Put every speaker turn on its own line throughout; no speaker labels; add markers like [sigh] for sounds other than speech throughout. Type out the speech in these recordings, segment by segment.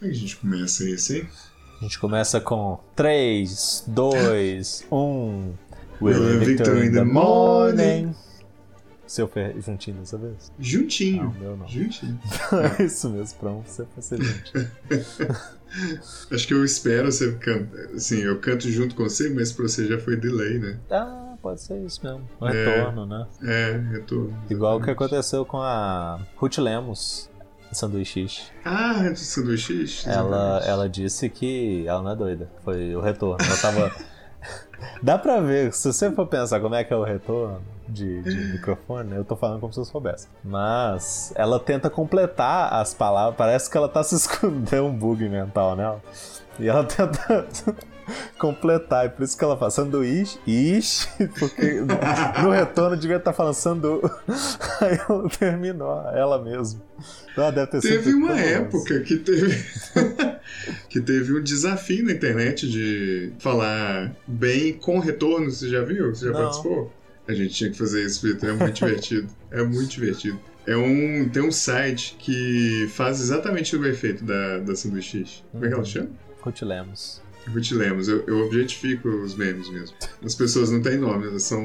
Aí é a gente começa esse aí.
A gente começa com um. 3, 2, 1.
We're Victor in the morning.
Seu pé juntinho dessa vez? Não,
Juntinho.
meu não.
Juntinho.
[laughs] Isso mesmo, pra um você vai ser junto.
[laughs] Acho que eu espero você cantar. Assim, eu canto junto com você, mas pra você já foi delay, né?
Ah, pode ser isso mesmo. Um
É.
retorno, né?
É, eu tô.
Igual o que aconteceu com a Ruth Lemos. em Sanduíche. X.
Ah, é do sanduíche? X,
É, Ela,
exatamente.
ela disse que ela não é doida. Foi o retorno. Ela tava. [laughs] Dá pra ver, se você for pensar como é que é o retorno de, de microfone, né? eu tô falando como se eu soubesse. Mas ela tenta completar as palavras, parece que ela tá se [laughs] escondendo um bug mental nela. E ela tenta [laughs] completar, e por isso que ela fala sanduíche, ish, porque no, no retorno devia estar falando sandu. [laughs] Aí ela terminou, ela mesma. Então ela deve ter sido
Teve uma
tão-
época que teve. [laughs] que teve um desafio na internet de falar bem com retorno, você já viu? Você já
Não.
participou? A gente tinha que fazer isso, Vitor. É muito divertido. É muito divertido. É um, tem um site que faz exatamente o efeito da, da sanduíche. X. Como é que ela
Uhum.
chama?
Ruth Lemos.
Ruth Lemos, eu, eu objetifico os memes mesmo. As pessoas não têm nome, elas são.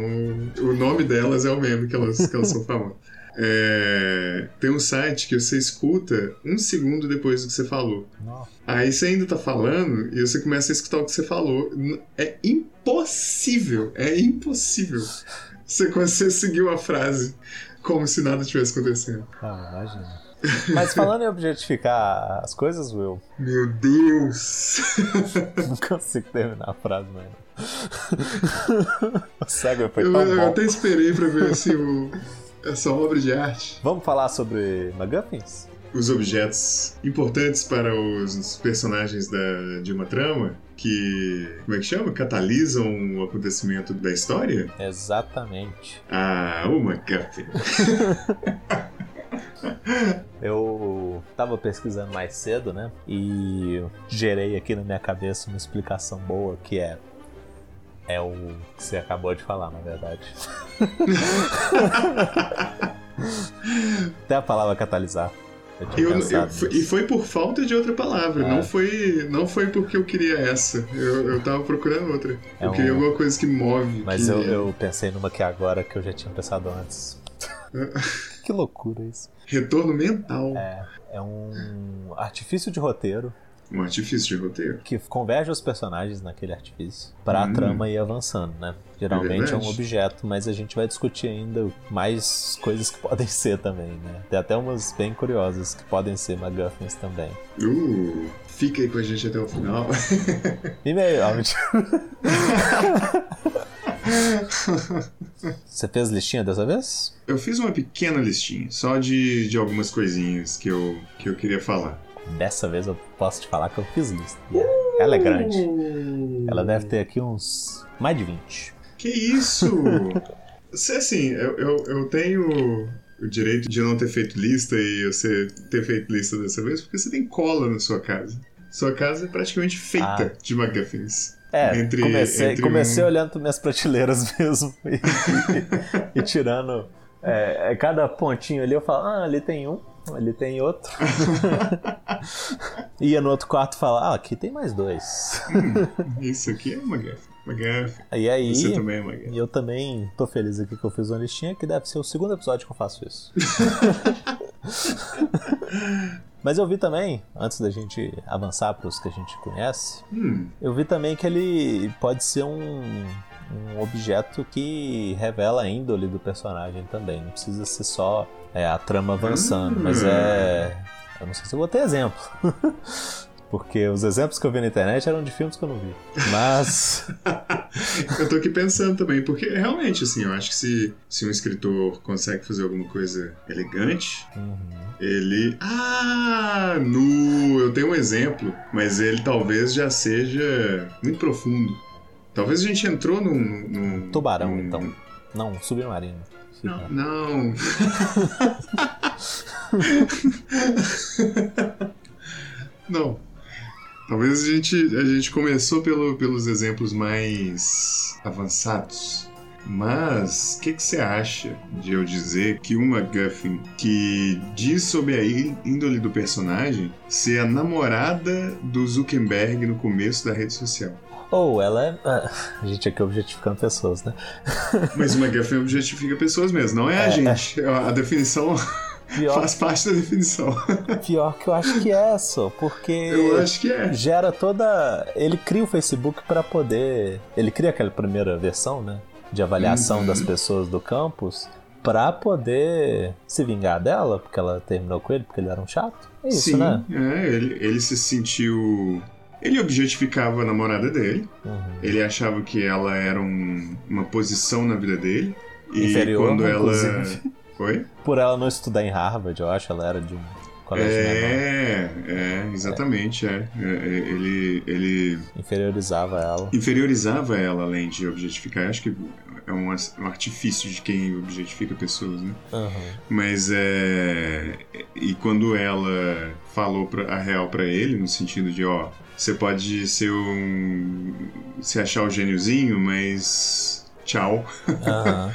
O nome delas é o meme que elas, que elas são famosas. [laughs] É, tem um site que você escuta um segundo depois do que você falou.
Nossa.
Aí você ainda tá falando e você começa a escutar o que você falou. N- É impossível, é impossível você, você seguir uma frase como se nada tivesse acontecendo.
Ah, imagina. [laughs] Mas falando em objetificar as coisas, Will,
Meu Deus!
não consigo terminar a frase, mano. [laughs] O cego foi
Eu,
tão
eu
bom.
até esperei pra ver assim, o- essa obra de arte.
Vamos falar sobre McGuffins?
os objetos importantes para os personagens da- de uma trama que, como é que chama? Catalisam o acontecimento da história?
Exatamente.
Ah, uma MacGuffin.
Eu tava pesquisando mais cedo, né? E gerei aqui na minha cabeça uma explicação boa que é. É o que você acabou de falar,
[laughs]
na verdade. Até a palavra catalisar. Eu tinha
Eu- eu-
pensado
foi-
nisso.
e foi por falta de outra palavra,
É.
não, foi, não foi porque eu queria essa. Eu, eu tava procurando outra.
É
eu queria
um-
alguma coisa que move.
Mas
que- é
eu, eu pensei numa que é agora que eu já tinha pensado
[laughs]
antes. que loucura isso.
Retorno mental.
É um artifício de roteiro
Um artifício de roteiro.
que converge os personagens naquele artifício para a
Hum.
trama ir avançando, né? Geralmente é, um
verdade.
objeto, mas a gente vai discutir ainda mais coisas que [laughs] podem ser também, né? Tem até umas bem curiosas que podem ser MacGuffins também.
Uh, fica aí com a gente até o final. [laughs]
E-mail, ah, mentira. Você fez listinha dessa vez?
Eu fiz uma pequena listinha, só de, de algumas coisinhas que eu, que eu queria falar.
Dessa vez eu posso te falar que eu fiz lista. E é-
Uh!
Ela é grande. Ela deve ter aqui uns mais de 20.
Que isso? Se, assim, eu, eu, eu tenho o direito de não ter feito lista e você ter feito lista dessa vez, porque você tem cola na sua casa. Sua casa é praticamente
Ah.
feita de McGuffins.
É,
Entre-
comecei,
entre
comecei
um-
olhando minhas prateleiras [laughs] mesmo e, e- e tirando é, é, cada pontinho ali. Eu falo, ah, ali tem um, ali
[laughs]
tem outro. [laughs] Ia no outro quarto e falar, ah, aqui tem mais dois.
Isso aqui é McGuffin. McGuffin.
E aí,
Você também é McGuffin.
e eu também tô feliz aqui que eu fiz uma listinha, que deve ser o segundo episódio que eu faço isso. Mas eu vi também, antes da gente avançar para os que a gente conhece,
Hum,
eu vi também que ele pode ser um, um objeto que revela a índole do personagem também. Não precisa ser só é, a trama avançando,
Hum.
mas é. Eu não sei se eu vou ter exemplo. [laughs] Porque os exemplos que eu vi na internet eram de filmes que eu não vi. Mas.
eu tô aqui pensando também, porque realmente, assim, eu acho que se, se um escritor consegue fazer alguma coisa elegante,
Uhum.
Ele. Ah, nu! Eu tenho um exemplo, mas ele talvez já seja muito profundo. Talvez a gente entrou num. num- num-
Tubarão,
num-
então. Não, um submarino.
Não. não. [laughs] não. Talvez a gente, a gente começou pelo, pelos exemplos mais avançados. Mas o que, que você acha de eu dizer que uma Guffin que diz sobre a índole do personagem ser a namorada do Zuckerberg no começo da rede social?
Ou ela é. ah, [laughs] A gente aqui objetificando pessoas, né?
Mas uma Guffin objetifica pessoas mesmo, não é, a gente. A definição
Pior,
[laughs] faz parte da definição.
pior que eu acho que é, só, porque.
Eu acho que é.
gera toda. Ele cria o Facebook para poder. Ele cria aquela primeira versão, né? De avaliação
Uhum.
das pessoas do campus para poder se vingar dela, porque ela terminou com ele, porque ele era um chato. É isso,
Sim,
né?
é, ele, ele se sentiu. Ele objetificava a namorada dele,
Uhum.
ele achava que ela era um- uma posição na vida dele. E
Inferior, né,
quando ela.
inclusive.
[laughs] Foi?
Por ela não estudar em Harvard, eu acho, ela era de um colégio menor.
É, é, exatamente, é. É, é, Ele, ele [laughs]
Inferiorizava ela.
inferiorizava ela além de objetificar. Eu Acho que é um, as- um artifício de quem objetifica pessoas, né?
Uhum.
Mas é. E quando ela falou pra- a real pra ele, no sentido de, ó, você pode ser um. se achar o gêniozinho, mas. tchau.
Aham.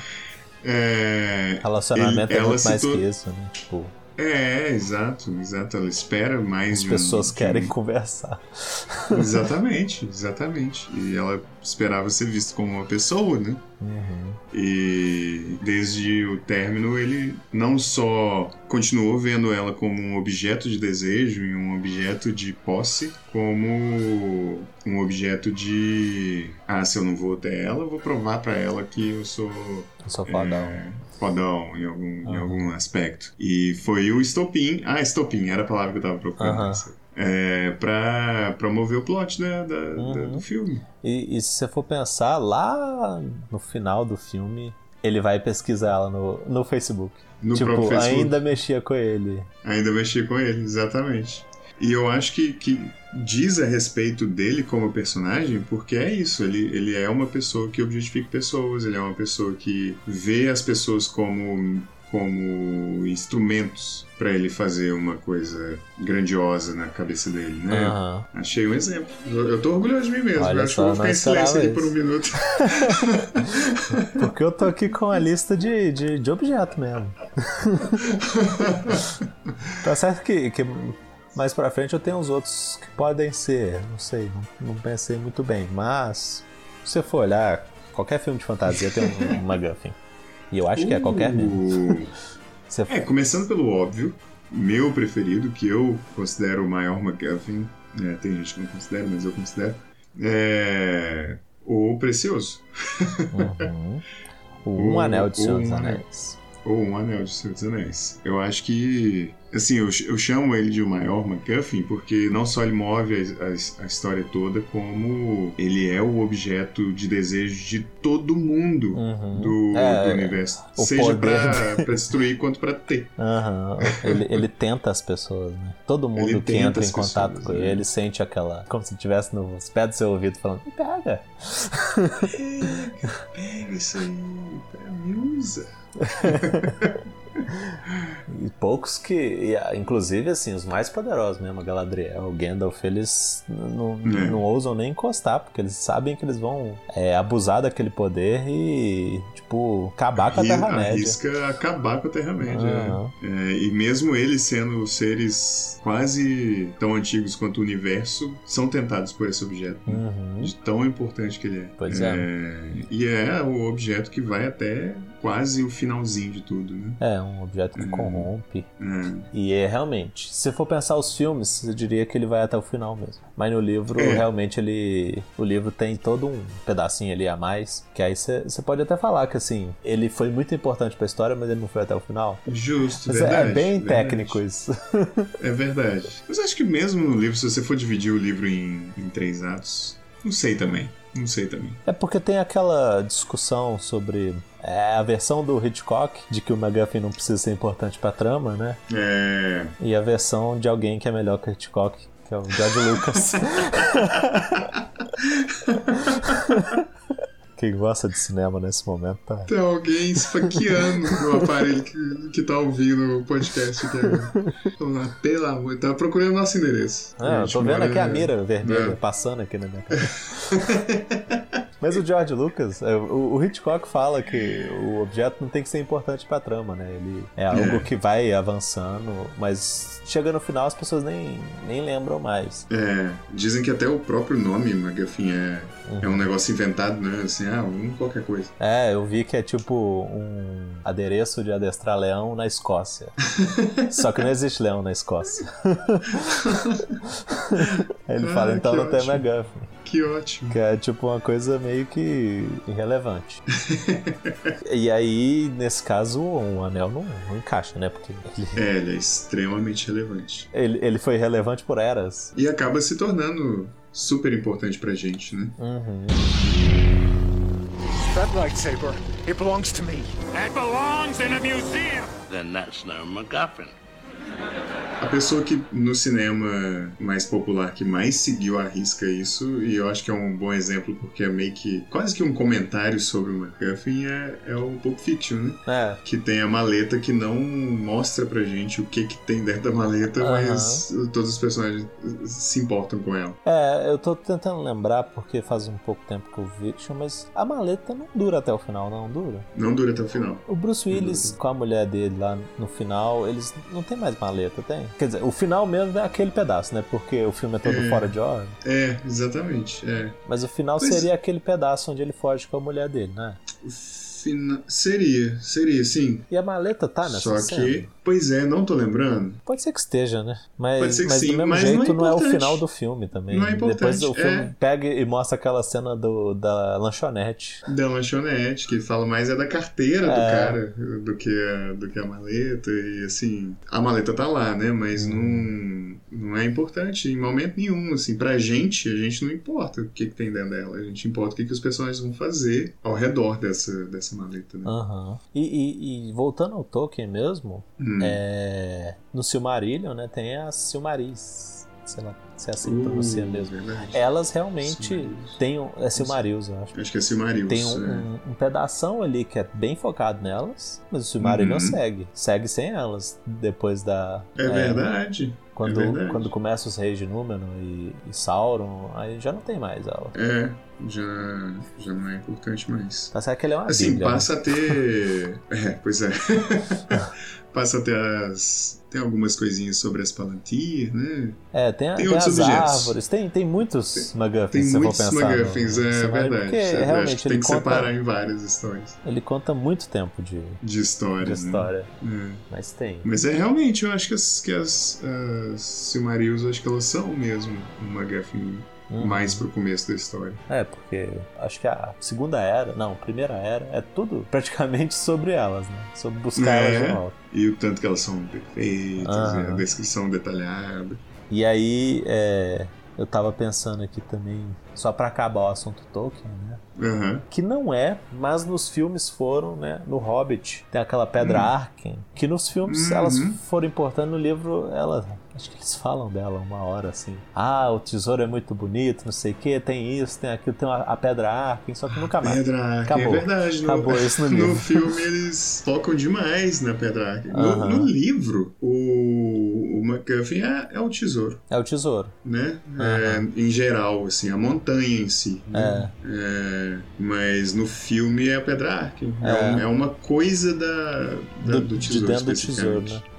É,
Relacionamento
Ele-
é
ela
muito mais
citou-
que isso, né? Tipo,
é, exato, exato. Ela espera mais.
as
de um-
pessoas
de um-
querem [laughs] conversar.
[laughs] Exatamente, exatamente. E ela esperava ser vista como uma pessoa, né?
Uhum.
E desde o término, ele não só continuou vendo ela como um objeto de desejo e um objeto de posse, como um objeto de. Ah, se eu não vou até ela, eu vou provar pra ela que eu sou
Eu sou fodão.
é, fodão em algum, em
Aham.
algum aspecto. E foi o estopim. Ah, estopim, era a palavra que eu tava procurando.
Aham.
É, pra promover o plot né, da, da-
Uhum.
do filme.
E, e se você for pensar, lá no final do filme, ele vai pesquisar ela no, no Facebook.
No
tipo,
próprio Facebook.
ainda mexia com ele.
Ainda mexi com ele, exatamente. E eu acho que, que diz a respeito dele como personagem, porque é isso, ele, ele é uma pessoa que objetifica pessoas, ele é uma pessoa que vê as pessoas como, como instrumentos para ele fazer uma coisa grandiosa na cabeça dele, né?
Aham.
Achei um exemplo. Eu, eu tô orgulhoso de mim mesmo,
Ah. Olha
eu acho que
só,
eu vou ficar
não
em silêncio
esperava
aqui por um minuto.
Porque eu tô aqui com a lista de, de, de
[laughs]
objeto mesmo. tá certo que, que mais pra frente eu tenho uns outros que podem ser. Não sei, não, não pensei muito bem. Mas, se você for olhar, qualquer filme de fantasia tem um, uma Guffin. E eu acho que é
Uh.
qualquer um. mesmo.
mesmo.
Você
[laughs] É, começando pelo óbvio, meu preferido, que eu considero o maior McGuffin, né, tem gente que não considera, mas eu considero, é o Precioso,
Uhum. O Um
O-
Anel de Senhor
o
dos
Um
Anéis.
ou Um Anel de Senhor dos Anéis. Eu acho que, assim, eu, ch- eu chamo ele de o maior McGuffin porque não só ele move a, a- a história toda, como ele é o objeto de desejo de todo mundo.
Uhum.
Do,
É,
do universo.
o
Seja pra,
poder.
pra destruir quanto pra
[laughs]
ter.
aham. Ele, ele tenta as pessoas, né? Todo mundo
Ele
que
tenta
entra
as
em contato
pessoas,
com
né?
ele, ele sente aquela. Como se estivesse nos pés do seu ouvido falando: Me pega!
Pega,
É
pega isso aí, pega, me
um
usa.
E poucos que. e, ah, Inclusive, assim, os mais poderosos mesmo, a Galadriel, o Gandalf, eles n- não,
É.
não ousam nem encostar, porque eles sabem que eles vão é, abusar daquele poder e, tipo, acabar com a Ah.
Ri-
Terra-média.
arrisca acabar com a Terra-média. né?
Aham.
É, e mesmo eles sendo seres quase tão antigos quanto o universo, são tentados por esse objeto. né?
Uhum.
De tão importante que ele é.
Pois é.
E é o objeto que vai até quase o finalzinho de tudo, né?
É, um objeto que
Hum.
corrompe.
É.
E é realmente, se for pensar os filmes, eu diria que ele vai até o final mesmo. Mas no livro,
É.
realmente, ele. O livro tem todo um pedacinho ali a mais. Que aí você pode até falar que assim, ele foi muito importante pra história, mas ele não foi até o final.
Justo,
Mas é-
verdade.
é bem
verdade.
técnico isso. [laughs]
É verdade. Mas acho que mesmo no livro, se você for dividir o livro em, em três atos, não sei também. Não sei também.
É porque tem aquela discussão sobre é, a versão do Hitchcock de que o McGuffin não precisa ser importante pra trama, né?
É.
E a versão de alguém que é melhor que o Hitchcock, que é o George Lucas. Quem gosta de cinema nesse momento tá.
Tem alguém esfaqueando o aparelho que, que tá ouvindo o podcast aqui agora. Falando, pelo amor, tá procurando nosso endereço.
Ah, eu
gente
tô vendo
mora-
aqui a mira vermelha
É.
passando aqui na minha cara. Mas o George Lucas, é, o, o Hitchcock fala que o objeto não tem que ser importante pra trama, né? Ele é algo
É.
que vai avançando, mas chega no final as pessoas nem, nem lembram mais.
É, dizem que até o próprio nome MacGuffin é, é
Uhum.
um negócio inventado, né? Assim, ah, um qualquer coisa.
É, eu vi que é tipo um adereço de adestrar leão na Escócia.
[laughs]
Só que não existe leão na Escócia. Ele fala,
Ah,
então
que
não tem
ótimo.
MacGuffin.
Que ótimo.
Que é tipo uma coisa meio que
[laughs]
irrelevante. e aí, nesse caso, um anel não, não encaixa, né? Porque ele,
É, ele é extremamente relevante.
ele, ele foi relevante por eras.
E acaba se tornando super importante pra gente, né?
Uhum.
That lightsaber, it belongs to me.
It belongs in a museum.
Then that's no MacGuffin.
A pessoa que no cinema mais popular que mais seguiu à risca isso, e eu acho que é um bom exemplo porque é meio que quase que um comentário sobre o MacGuffin, é, é o Pulp Fiction, né?
É,
Que tem a maleta que não mostra pra gente o que que tem dentro da maleta,
Aham.
mas todos os personagens se importam com ela.
é, eu tô tentando lembrar porque faz um pouco tempo que eu vi, mas a maleta não dura até o final, não dura?
Não dura até o final.
O Bruce Willis com a mulher dele lá no final, eles não tem mais maleta, tem? Quer dizer, o final mesmo é aquele pedaço, né? Porque o filme é todo
É.
fora de ordem.
É, exatamente. É.
Mas o final
Pois-
seria aquele pedaço onde ele foge com a mulher dele, né?
O fina- Seria, seria, sim.
E a maleta tá nessa
Só
cena?
que. Pois é, não tô lembrando.
Pode ser que esteja, né? Mas,
Pode ser que
mas do
sim,
mesmo
mas não é
jeito não é, o
importante.
final do filme também.
Não é importante,
Depois o filme
é.
pega e mostra aquela cena do, da lanchonete.
Da lanchonete, que fala mais é da carteira do
É.
cara do que, a, do que a maleta. E assim, a maleta tá lá, né? Mas
Hum.
não, não é importante em momento nenhum. Assim, pra gente, a gente não importa o que, que tem dentro dela. A gente importa o que, que os personagens vão fazer ao redor dessa, dessa maleta, né?
Aham. E, e- e voltando ao Tolkien mesmo,
Hum.
é, no Silmarillion, né, tem as Silmaris. Sei lá se é assim
Uh,
que pronuncia mesmo.
verdade.
Elas realmente
Silmarils.
têm. um- É Silmarils, eu acho.
Acho que é Silmarils.
Tem
é.
um, um, um pedação ali que é bem focado nelas, mas o Silmarillion
Uhum.
segue. Segue sem elas depois da. né,
É verdade.
Quando,
é verdade.
quando começa os reis de Númenor e, e Sauron, aí já não tem mais ela.
É, já, já não é importante mais.
Tá certo que ele é uma
Assim,
bíblia, né?
passa a ter. [laughs] É, pois é. passa a ter as. Tem algumas coisinhas sobre as Palantir, né?
É, tem, a-
tem
tem
outros
as
objetos.
árvores, tem, tem muitos MacGuffins,
Tem
se eu
muitos
for pensar. no-
MacGuffins,
no
é
Silmarillion,
verdade.
Porque
sabe? Eu
realmente
acho que
ele,
tem que
conta,
separar em várias histórias.
ele conta muito tempo de,
De histórias.
de
né?
história,
É.
mas tem.
Mas é realmente, eu acho que as, que as, as Silmarils, eu acho que elas são mesmo uma gafinha
Hum.
mais pro começo da história.
É, porque acho que a segunda era, não, primeira era, é tudo [laughs] praticamente sobre elas, né? Sobre buscar
É.
elas de volta.
E o tanto que elas são perfeitas,
Aham.
né? a descrição detalhada.
E aí, é, eu tava pensando aqui também, só pra acabar o assunto Tolkien, né?
Aham.
Que não é, mas nos filmes foram, né? No Hobbit, tem aquela pedra
Hum.
Arken, que nos filmes
Uhum.
elas foram importantes, no livro ela. Acho que eles falam dela uma hora assim. Ah, o tesouro é muito bonito, não sei o que, tem isso, tem aquilo, tem a, a pedra Arken, só que nunca mais.
Pedra Arca, é
Tá, Acabou.
verdade. No,
Acabou isso no
no
livro.
filme eles focam demais na Pedra Arca. No,
Aham.
no livro, o, o MacGuffin é, é o tesouro,
É o tesouro.
né? É, em geral, assim, a montanha em si. né? É, mas no filme é a Pedra Arca. É,
É.
um- é uma coisa da, da-
Do-
do
de
tesouro,
dentro do tesouro,
especificamente.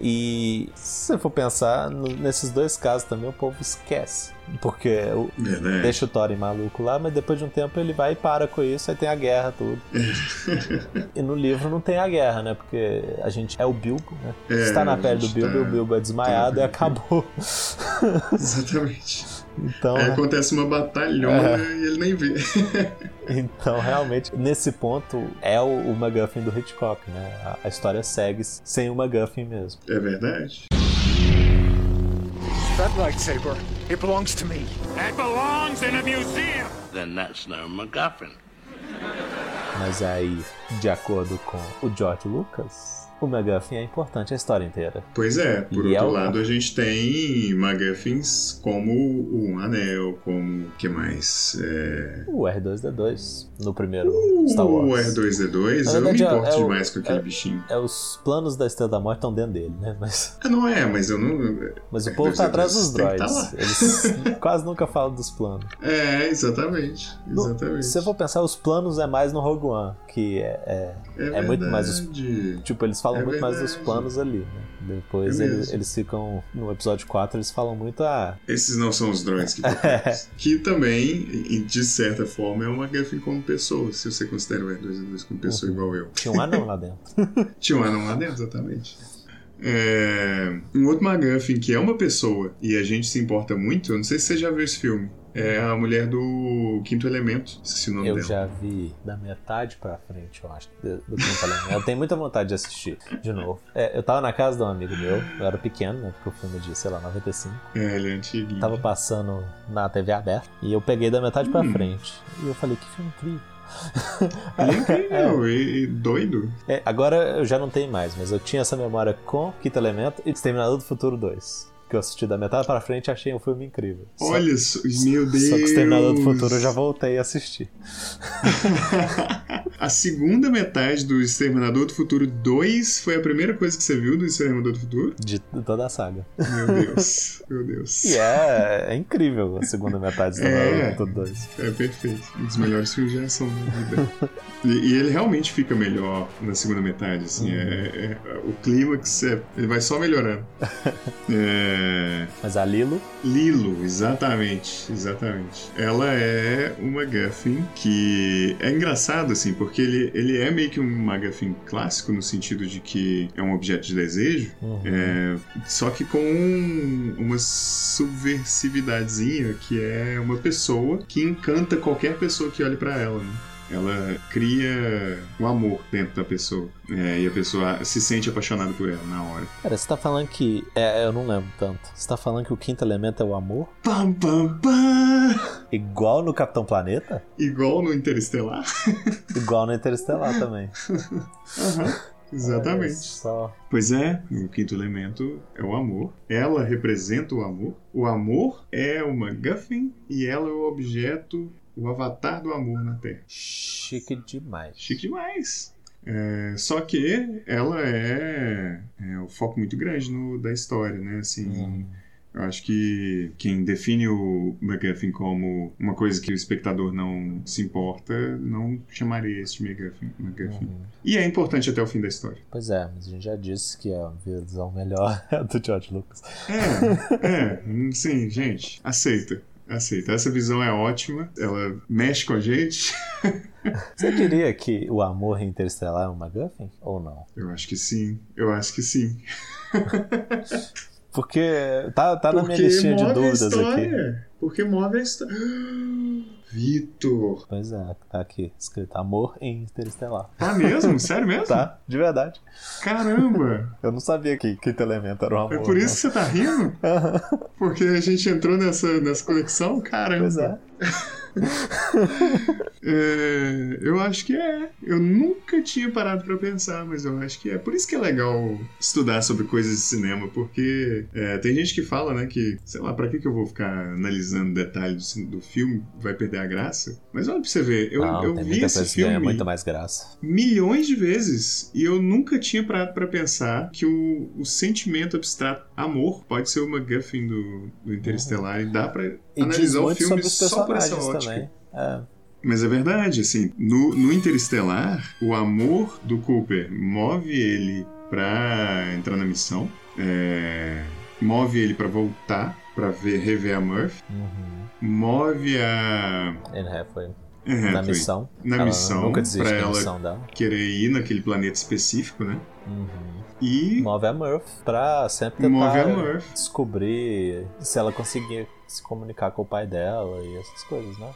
E se você for pensar, no- nesses dois casos também o povo esquece. Porque o-
É, verdade.
né? deixa o Thorin maluco lá, mas depois de um tempo ele vai e para com isso, aí tem a
[laughs]
guerra, tudo. e no livro não tem a guerra, né? Porque a gente é o Bilbo, né?
É,
está na
a
pele do
gente
Bilbo, e o
tá-
Bilbo é desmaiado
tá
e
na
acabou.
[laughs]
[laughs]
Exatamente.
então, É.
Aí acontece uma batalhona e ele nem vê. [laughs]
então, realmente, nesse ponto é o, o MacGuffin do Hitchcock, né? A, a história segue sem o MacGuffin mesmo.
É verdade.
That lightsaber, it belongs to me.
It belongs in a museum.
Then that's no MacGuffin.
Mas aí, de acordo com o George Lucas, o McGuffin é importante a história inteira.
Pois é, por
E é
outro
o-
lado, a gente tem McGuffins como o Um Anel, como o que mais? É...
O R2D2 no primeiro Star
Uh, O
Wars.
R2D2,
Na
eu não me
verdade, é-
importo
é o-
demais com aquele
é-
bichinho.
É, os planos da Estrela da Morte estão dentro dele, né? Mas,
Ah, não é, mas eu não.
mas
[laughs]
o
R2D2
povo tá atrás dos
tem que tá
droids.
lá.
Eles [laughs] quase nunca falam dos planos.
É, exatamente.
No-
Exatamente.
Se você for pensar, os planos é mais no Rogue One, que é, é- é muito mais os-
verdade.
Tipo, eles falam
É
muito mais dos
verdade.
planos ali, né? Depois
É
ele- eles,
mesmo.
ficam. No episódio 4, eles falam muito, ah,
Esses não são os droids
[laughs]
que tocamos. Que também, e- de certa forma, é uma McGuffin como pessoa, se você considera o R2D2 como pessoa igual eu.
tinha um anão lá dentro.
Tinha um anão lá dentro, exatamente. É, um outro McGuffin que é uma pessoa e a gente se importa muito, eu não sei se você já viu esse filme. É a mulher do Quinto Elemento, esqueci o nome
Eu
dela.
já vi da metade pra frente, eu acho, do do Quinto Elemento. Eu tenho muita vontade de assistir de novo. É, eu tava na casa de um amigo meu, eu era pequeno, né? Porque o filme é de, sei lá, 95.
É, ele é antiguinho.
Tava passando na TV aberta e eu peguei da metade
Hum.
pra frente. E eu falei, que filme incrível.
Ele é
[laughs]
incrível e, e doido.
É, agora eu já não tenho mais, mas eu tinha essa memória com Quinto Elemento e Exterminador do Futuro 2. Que eu assisti da metade pra frente e achei um filme incrível. Só-
Olha só, meu Deus.
Só que o Exterminador do
[laughs]
Futuro eu já voltei a assistir.
A segunda metade do Exterminador do Futuro 2 foi a primeira coisa que você viu do Exterminador do Futuro?
De toda a saga.
Meu Deus, meu Deus.
E é, é incrível a segunda metade do Exterminador
É.
do Futuro 2.
É perfeito. Um dos melhores filmes de ação da vida. E, e ele realmente fica melhor na segunda metade, assim. é- é- é- o clímax é- ele vai só melhorando. É,
Mas a Lilo,
Lilo, exatamente, exatamente. Ela é uma Guffin que é engraçado, assim, porque ele, ele é meio que um Guffin clássico no sentido de que é um objeto de desejo,
uhum,
É. só que com um- uma subversividadezinha que é uma pessoa que encanta qualquer pessoa que olhe pra ela, né? Ela cria o amor dentro da pessoa. é, e a pessoa se sente apaixonada por ela na hora.
Cara, você tá falando que. É, eu não lembro tanto. Você tá falando que o quinto elemento é o amor?
Pam, pam, pam!
Igual no Capitão Planeta?
Igual no Interestelar.
Igual no Interestelar também.
[laughs]
É,
Exatamente.
só...
Pois é, o quinto elemento é o amor. Ela representa o amor. O amor é uma Guffin e ela é o objeto, o avatar do amor na Terra.
Chique demais.
Chique demais. É, só que ela é, é o foco muito grande no, da história, né? Assim,
Hum.
eu acho que quem define o MacGuffin como uma coisa que o espectador não se importa, não chamaria este MacGuffin. MacGuffin.
Uhum.
E é importante até o fim da história.
Pois é, mas a gente já disse que é a visão melhor [laughs] é a do George Lucas.
É, é, hum, sim, gente, aceita. Aceita. Essa visão é ótima, ela mexe com a gente. [laughs]
Você diria que o amor em interestelar é uma MacGuffin? Ou não?
Eu acho que sim, eu acho que sim.
Porque tá, tá na minha listinha de dúvidas aqui.
Porque move a história. [gasps] Vitor!
Pois é, tá aqui escrito amor em interestelar.
Tá
[laughs]
mesmo? Sério mesmo?
Tá, de verdade.
Caramba!
Eu não sabia que quinto elemento era o amor. né?
É por isso que você tá rindo?
não.
Porque a gente entrou nessa, nessa conexão? Caramba!
pois é.
É, eu acho que é. Eu nunca tinha parado pra pensar, mas eu acho que é. Por isso que é legal estudar sobre coisas de cinema, porque é, tem gente que fala, né, que, sei lá, pra que, que eu vou ficar analisando detalhes do, cin- do filme? Vai perder a graça? Mas olha pra você ver, eu,
não,
eu
tem
vi
muita
esse
coisa que ganha
filme
muito mais graça.
milhões de vezes e eu nunca tinha parado pra pensar que o, o sentimento abstrato amor pode ser uma guffin do, do Interestelar e dá pra
E diz
analisar o
muito
filme
sobre os
só por
personagens
essa ótica.
também. É,
Mas é verdade, assim, no, no Interestelar, o amor do Cooper move ele pra entrar na missão, é, move ele pra voltar, pra ver, rever a Murphy,
uhum.
move a.
Anne Hathaway.
é,
Na
Hathaway,
missão.
na
ela
missão,
Nunca desiste
pra
da
ela-
missão dela.
Querer ir naquele planeta específico, né?
Uhum.
E
Move a Murph pra sempre tentar
move a Murphy.
descobrir se ela conseguia se comunicar com o pai dela e essas coisas, né?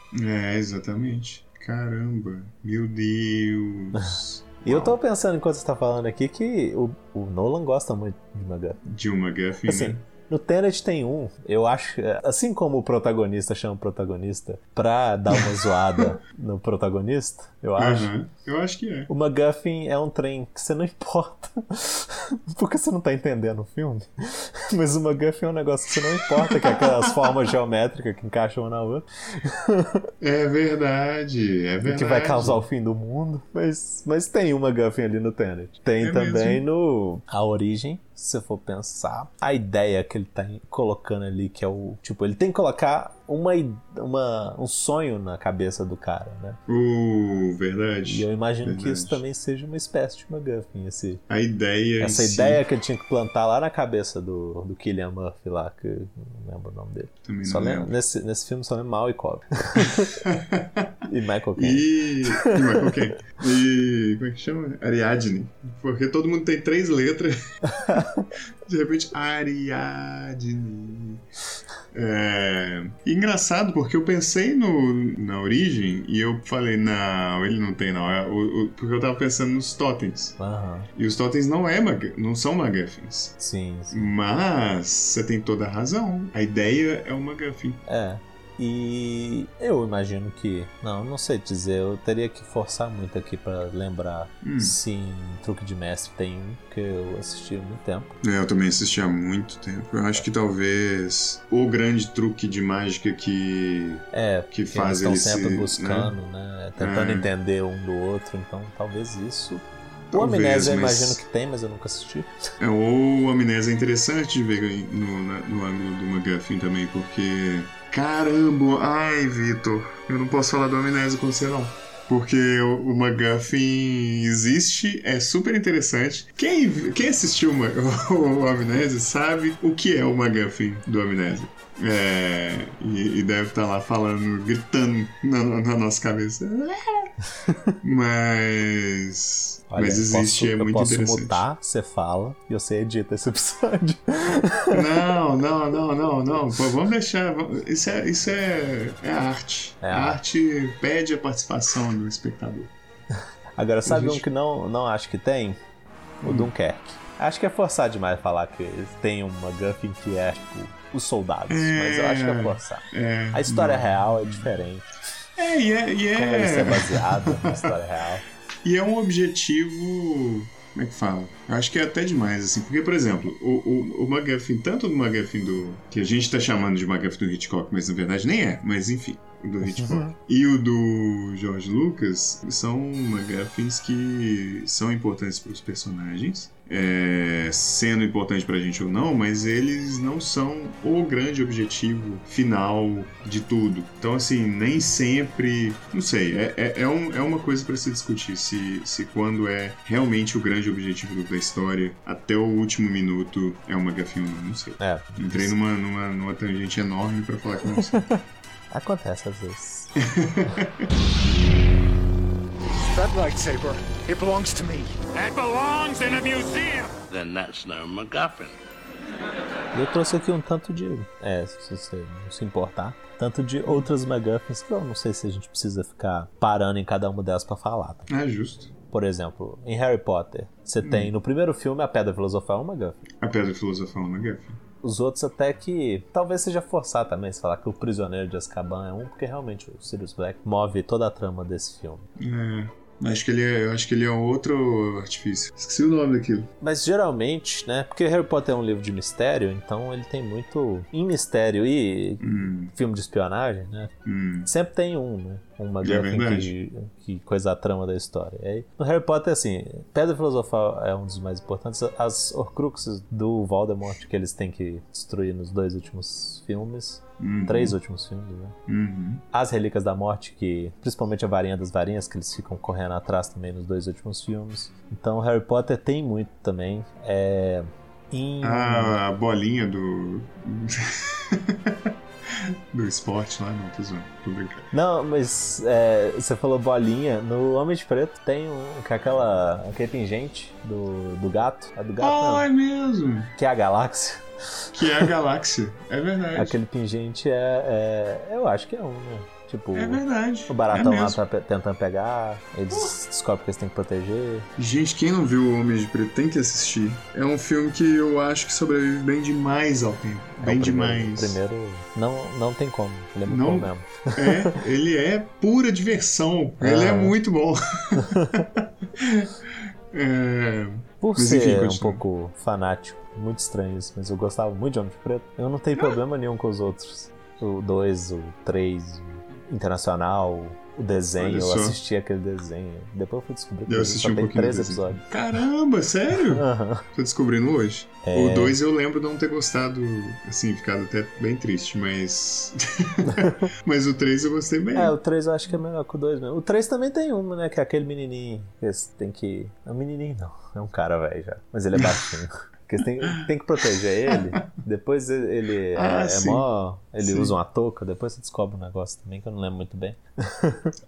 É, exatamente. Caramba, meu
[laughs]
Deus.
E eu tô pensando enquanto você tá falando aqui que o, o Nolan gosta muito de MacGuffin.
Dilma Guffin,
Assim,
né?
No Tenet tem um, eu acho, que, assim como o protagonista chama o protagonista pra dar
[laughs]
uma zoada no protagonista, eu acho.
Aham. Eu acho que é.
O MacGuffin é um trem que você não [laughs] importa, porque você não tá entendendo o filme. Mas o MacGuffin é um negócio que você não importa, que é aquelas formas geométricas que encaixam uma na outra, [laughs]
É verdade, é verdade.
que vai causar o fim do mundo. Mas, mas tem o MacGuffin ali no Tenet. Tem
É
também no A Origem, se você for pensar. A ideia que ele tá colocando ali, que é o... Tipo, ele tem que colocar uma, i- uma, um sonho na cabeça do cara, né?
Uh,
E
verdade.
eu imagino que
Verdade.
isso também seja uma espécie de MacGuffin, esse...
A ideia. em
Essa
si [laughs]
ideia que ele tinha que plantar lá na cabeça do, do Killian Murphy lá, que eu não lembro o nome dele.
Também
Só
não
lembro-
lembro.
nesse, nesse filme só lembro Mal e Cobb. [laughs] e Michael Caine.
E. [laughs] e Michael Caine. E. Como é que chama? Ariadne. Porque todo mundo tem três letras. De repente, Ariadne. É... e Engraçado, porque eu pensei no, na origem e eu falei, não, ele não tem, não. É o- o- porque eu tava pensando nos totens.
Aham,
E os totens não, é mag- não são MacGuffins.
sim, sim.
Mas você tem toda a razão. A ideia é uma MacGuffin.
É. E eu imagino que. Não, não sei dizer. Eu teria que forçar muito aqui pra lembrar
Hum.
se em Truque de Mestre tem um que eu assisti há muito tempo.
É, eu também assisti há muito tempo. Eu acho que talvez o grande truque de mágica que,
É,
que
Porque eles
faz
estão
ele
sempre
se,
buscando, né? Tentando
É.
entender um do outro, então talvez isso. o
Talvez,
Amnésia eu
mas-
imagino que tem, mas eu nunca assisti.
É, ou a amnésia é interessante de ver em- no, na- no ângulo do McGuffin também, porque. Caramba! Ai, Vitor, eu não posso falar do amnésia com você não. Porque o, o McGuffin existe, é super interessante. Quem, quem assistiu o, Ma- [laughs] o Amnésia sabe o que é o McGuffin do Amnésia. É, e, e deve estar lá falando, gritando na, na- na nossa cabeça. É.
[laughs]
Mas.
Olha,
mas
eu
existe,
posso,
é
eu
muito
posso
interessante.
mudar, você fala, e você edita esse [laughs] episódio.
Não, não, não, não, não. Pô, vamos deixar. vamos- Isso é, isso é, é arte.
É
a
arte.
arte pede a participação do espectador.
Agora, sabe um
gente.
que não, não acho que tem? O
Hum.
Dunkerque. Acho que é forçar demais falar que tem uma Guffin que é, tipo, os soldados, mas eu acho que é forçar.
É,
A história real é diferente.
é, e é, e
Como ele é
é,
baseado na história real.
e é um objetivo. Como é que fala? Eu acho que é até demais, assim. Porque, por exemplo, o, o, o McGuffin, tanto do McGuffin do. que a gente tá chamando de McGuffin do Hitchcock, mas na verdade nem é, mas enfim. o Do
Uhum.
Hitchcock. e o do George Lucas são McGuffins que são importantes para os personagens. é, sendo importante pra gente ou não, mas eles não são o grande objetivo final de tudo. Então, assim, nem sempre. Não sei, é, é, é, um- é uma coisa pra se discutir se, se quando é realmente o grande objetivo da história, até o último minuto é uma gafinha ou não, não sei.
É.
Entrei numa, numa, numa tangente enorme pra falar que eu não [laughs] sei.
Acontece às vezes.
That lightsaber, it belongs to me.
That belongs in a museum.
Then that's no MacGuffin.
E eu trouxe aqui um tanto de. É, se você não se importar. Tanto de outras MacGuffins que eu não sei se a gente precisa ficar parando em cada uma delas pra falar. tá?
Ah, justo.
Por exemplo, em Harry Potter, você tem no primeiro filme a Pedra Filosofal é uma MacGuffin.
A pedra filosofal é uma gafinha.
Os outros até que. Talvez seja forçar também se falar que o Prisioneiro de Azkaban é um, porque realmente o Sirius Black move toda a trama desse filme.
É. Acho que ele é, eu acho que ele é outro artifício. Esqueci o nome daquilo.
Mas geralmente, né? Porque Harry Potter é um livro de mistério, então ele tem muito. Em mistério e
Hum,
filme de espionagem, né?
hum.
Sempre tem um, né? Uma
É
MacGuffin
verdade.
que, que coisa a trama da história. E aí, no Harry Potter, assim, Pedra Filosofal é um dos mais importantes. As Horcruxes do Voldemort que eles têm que destruir nos dois últimos filmes.
Uhum.
Três últimos filmes, né?
Uhum.
As Relíquias da Morte, que principalmente a varinha das varinhas, que eles ficam correndo atrás também nos dois últimos filmes. Então, Harry Potter tem muito também. É... Em...
Ah, a bolinha do. [laughs] do esporte lá, não, tô zoando, tô brincando.
Não, mas é, você falou bolinha. No Homem de Preto tem um, que é aquela, aquele pingente do, do gato. É do gato,
Ah, é mesmo!
não. Que é a galáxia.
Que é a galáxia, é verdade.
Aquele pingente é, é- Eu acho que é um, né? Tipo,
É verdade.
o
é
baratão lá
mesmo.
tá pe- tentando pegar, eles descobrem que eles têm que proteger.
Gente, quem não viu O Homem de Preto tem que assistir. É um filme que eu acho que sobrevive bem demais ao tempo.
É o
Bem
primeiro-
demais.
Primeiro, não, não tem como. Ele é muito
Não-
bom mesmo.
É, ele é pura diversão. Ele é
Ah.
muito bom. [laughs] é,
Por
Mas
ser
enfim,
um
continua.
pouco fanático, muito estranho isso, mas eu gostava muito de Homem de Preto. Eu não
Ah.
tenho problema nenhum com os outros. O 2, o 3, o Internacional, o desenho.
Olha
Eu
só.
assisti aquele desenho. Depois eu fui descobrir que
Eu
ele
assisti
só
um
tem
pouquinho
três
do desenho.
episódios.
Caramba, sério?
Aham.
Tô descobrindo hoje.
É.
O 2 eu lembro não ter gostado, assim, ficado até bem triste, mas. [laughs] mas o 3 eu gostei bem.
É, o 3 eu acho que é melhor que o 2 mesmo. O 3 também tem uma, né? Que é aquele menininho. que Eles têm que. É um menininho, não. É um cara, velho, já. Mas ele
[laughs]
é baixinho. Porque eles têm, têm que proteger ele. Depois ele- ele
Ah,
é, é
sim.
mó. Ele
Sim.
usa uma touca. Depois você descobre um negócio também que eu não lembro muito bem.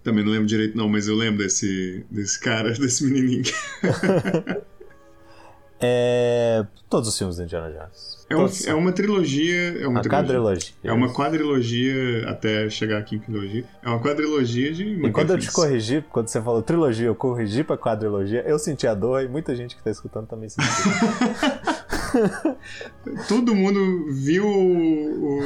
Também não lembro direito, não, mas eu lembro desse, desse cara, [laughs] desse menininho.
É. Todos os filmes do Indiana Jones.
É, um-
Todos.
é uma trilogia. É uma,
Uma
trilogia.
quadrilogia.
É uma quadrilogia, até chegar aqui em trilogia. É uma quadrilogia de.
E quando eu te
McGuffins.
corrigi, quando você falou trilogia, eu corrigi pra quadrilogia, eu senti a dor e muita gente que tá escutando
[laughs]
também sentiu.
Todo mundo viu o,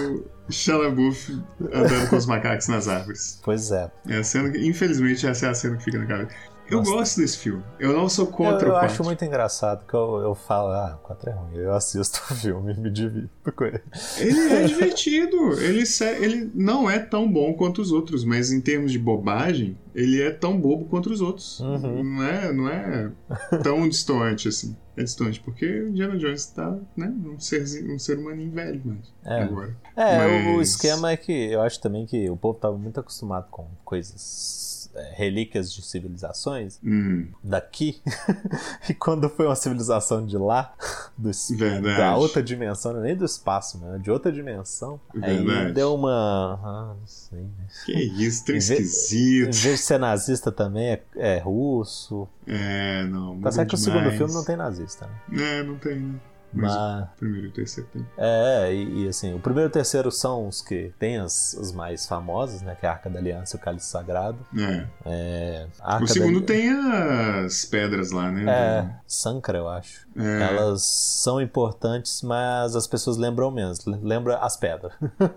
o Shalabuff andando com os macacos nas árvores.
pois é.
É a cena que, infelizmente, essa é a cena que fica na cabeça. Eu
Nossa.
gosto desse filme. Eu não sou
Eu,
contra
eu
o
acho
quatro.
muito engraçado que eu, eu falo, ah, 4 é ruim, eu assisto [laughs] o filme e me divido com ele.
Ele
[laughs]
é divertido. Ele, se- ele não é tão bom quanto os outros, mas em termos de bobagem, ele é tão bobo quanto os outros.
Uhum.
Não, é, não é
[laughs]
tão distante assim. É distante, porque o Indiana Jones tá, né, um ser, um ser humaninho velho, mas
É.
agora.
É, o- o
Mas-
esquema é que eu acho também que o povo tava muito acostumado com coisas, é, relíquias de civilizações
Hum,
daqui, [laughs] e quando foi uma civilização de lá, [laughs] do, es-
Verdade.
da outra dimensão, não é nem do espaço, né? de outra dimensão, aí
Verdade.
deu uma... Ah, não sei, né?
que isso, tão
Em vez- Em
esquisito.
vez de ser nazista também, é, é russo.
É, não.
Tá
muda
certo que o
demais.
segundo filme não tem nazista, né?
É, não tem, né? Mas,
Mas...
o primeiro e o terceiro tem.
É, e, e, assim, o primeiro e o terceiro são os que tem as, os mais famosos, né? Que é a Arca da Aliança e o Cálice Sagrado.
É.
É, a Arca
O
da-
segundo tem as pedras lá, né?
É, Sankra, eu acho.
É.
Elas são importantes, mas as pessoas lembram menos. l- Lembra as pedras. [laughs]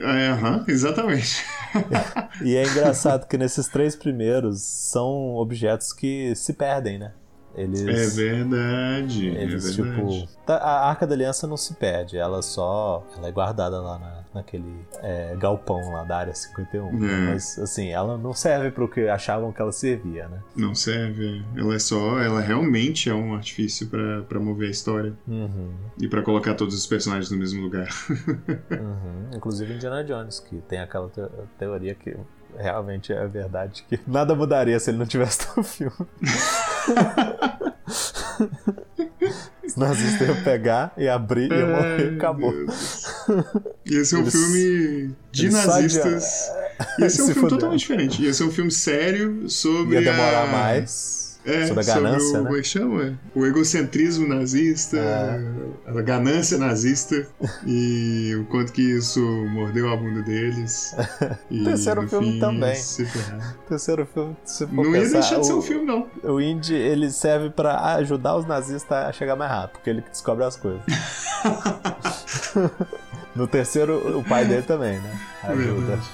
É, aham, exatamente.
e é engraçado que nesses três primeiros são objetos que se perdem, né?
É
Eles.
verdade. é
Eles,
verdade.
tipo. tá- A Arca da Aliança não se perde, ela só. Ela é guardada lá na, naquele é, galpão lá da área 51.
É.
Mas, assim, ela não serve pro que achavam que ela servia, né?
Não serve. é. Ela é só. Ela realmente é um artifício pra pra mover a história
Uhum,
e pra colocar todos os personagens no mesmo lugar. [laughs]
uhum. Inclusive Indiana Jones, que tem aquela te- teoria que realmente é verdade, que nada mudaria se ele não tivesse [laughs] no filme. Os nazistas iam pegar e abrir e ia morrer, acabou.
Ia ser um
Eles-
filme de
eles só
nazistas. Ia ser um
[laughs] Se
filme
fudeu.
totalmente diferente. Ia ser um filme sério sobre.
Ia demorar
a-
mais.
É,
sobre a ganância,
sobre o,
né?
como é que chama? O egocentrismo nazista,
É.
a ganância nazista [laughs] e o quanto que isso mordeu a bunda
[laughs]
deles. E,
Terceiro
no
filme
fim,
também.
se ferraram.
Terceiro filme, se for
Não ia
pensar,
deixar de ser
o-
um filme, não.
O Indy, ele serve pra ajudar os nazistas a chegar mais rápido, porque ele que descobre as
[laughs]
coisas. no terceiro, o pai dele também,
[laughs]
né? Ajuda.
Verdade.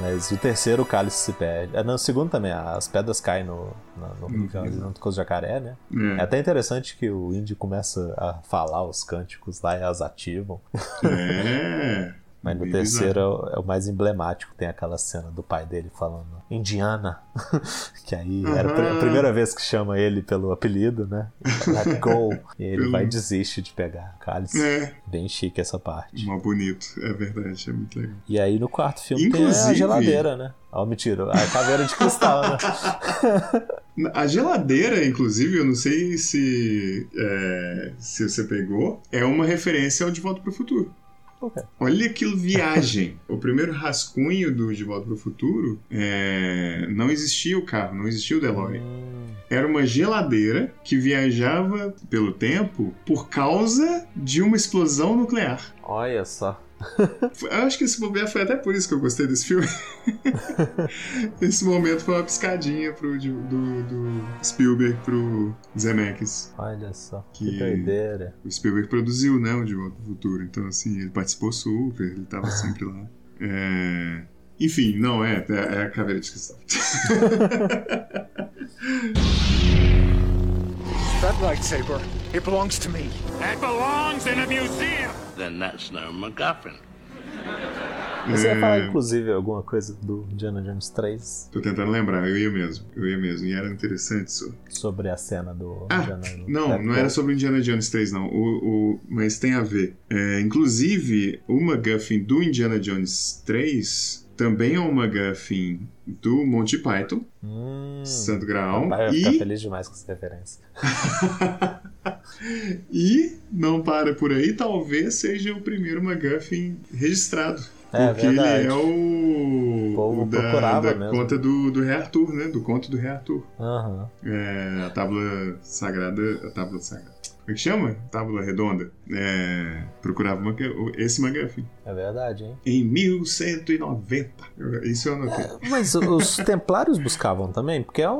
Mas o terceiro, o cálice se perde. Ah, não, o segundo também, as pedras caem no, no, no
No
rio,
rio.
junto com os jacaré, né? É
É,
até interessante que o Indy começa a falar os cânticos lá e elas ativam.
é.
Mas no
Bem
terceiro é o, é o mais emblemático. Tem aquela cena do pai dele falando Indiana. [laughs] que aí era a pri- a
Aham.
primeira vez que chama ele pelo apelido, né? Let go. E ele
Pelo-
vai e desiste de pegar o cálice.
É,
Bem chique essa parte.
mó bonito, é verdade, é muito legal.
E aí no quarto filme tem a
Inclusive-
geladeira, né? Ó, mentira. A caveira de cristal,
[laughs]
né?
A geladeira, inclusive, eu não sei se, é, se você pegou, é uma referência ao De Volta para o Futuro.
Por quê?
Olha aquilo, viagem. o primeiro rascunho do De Volta para o Futuro é, não existia o carro, não existia o DeLorean.
Hum,
Era uma geladeira que viajava pelo tempo por causa de uma explosão nuclear.
olha só.
Eu acho que esse bobear foi até por isso que eu gostei desse
[laughs]
filme. esse momento foi uma piscadinha pro, de- do, do Spielberg pro Zemeckis.
Olha só, que,
Que-
doideira.
O Spielberg produziu, né, o De Volta ao Futuro. Então, assim, ele participou super, ele tava sempre lá. É, Enfim, não, é, é, é a caveira de cristal.
That lightsaber, it belongs to me.
That belongs in a museum.
Then that's no MacGuffin.
[laughs] Você ia falar,
É,
inclusive, alguma coisa do Indiana Jones 3
Tô tentando lembrar, eu ia mesmo, eu ia mesmo. E era interessante isso.
sobre a cena do
Ah,
Indiana Jones?
não, não era sobre Indiana Jones 3, não. O, o- mas tem a ver. É, inclusive, o McGuffin do Indiana Jones 3 também é um McGuffin do Monty Python,
Hum,
Santo Graal.
Vai ficar
E,
feliz demais com essa referência.
[laughs] e, não para por aí, talvez seja o primeiro McGuffin registrado.
É
porque
verdade.
ele é o,
O povo
o da,
procurava
da
mesmo.
conta do, do Rei Arthur, né? Do conto do Rei Arthur.
Aham.
É, a tábua sagrada. A tábua sagrada. Como é que chama? Tábua redonda. É, procurava uma, esse McGuffin.
É verdade, hein?
Em 1190. Eu- Isso eu anotei.
Mas os templários buscavam também, porque é um.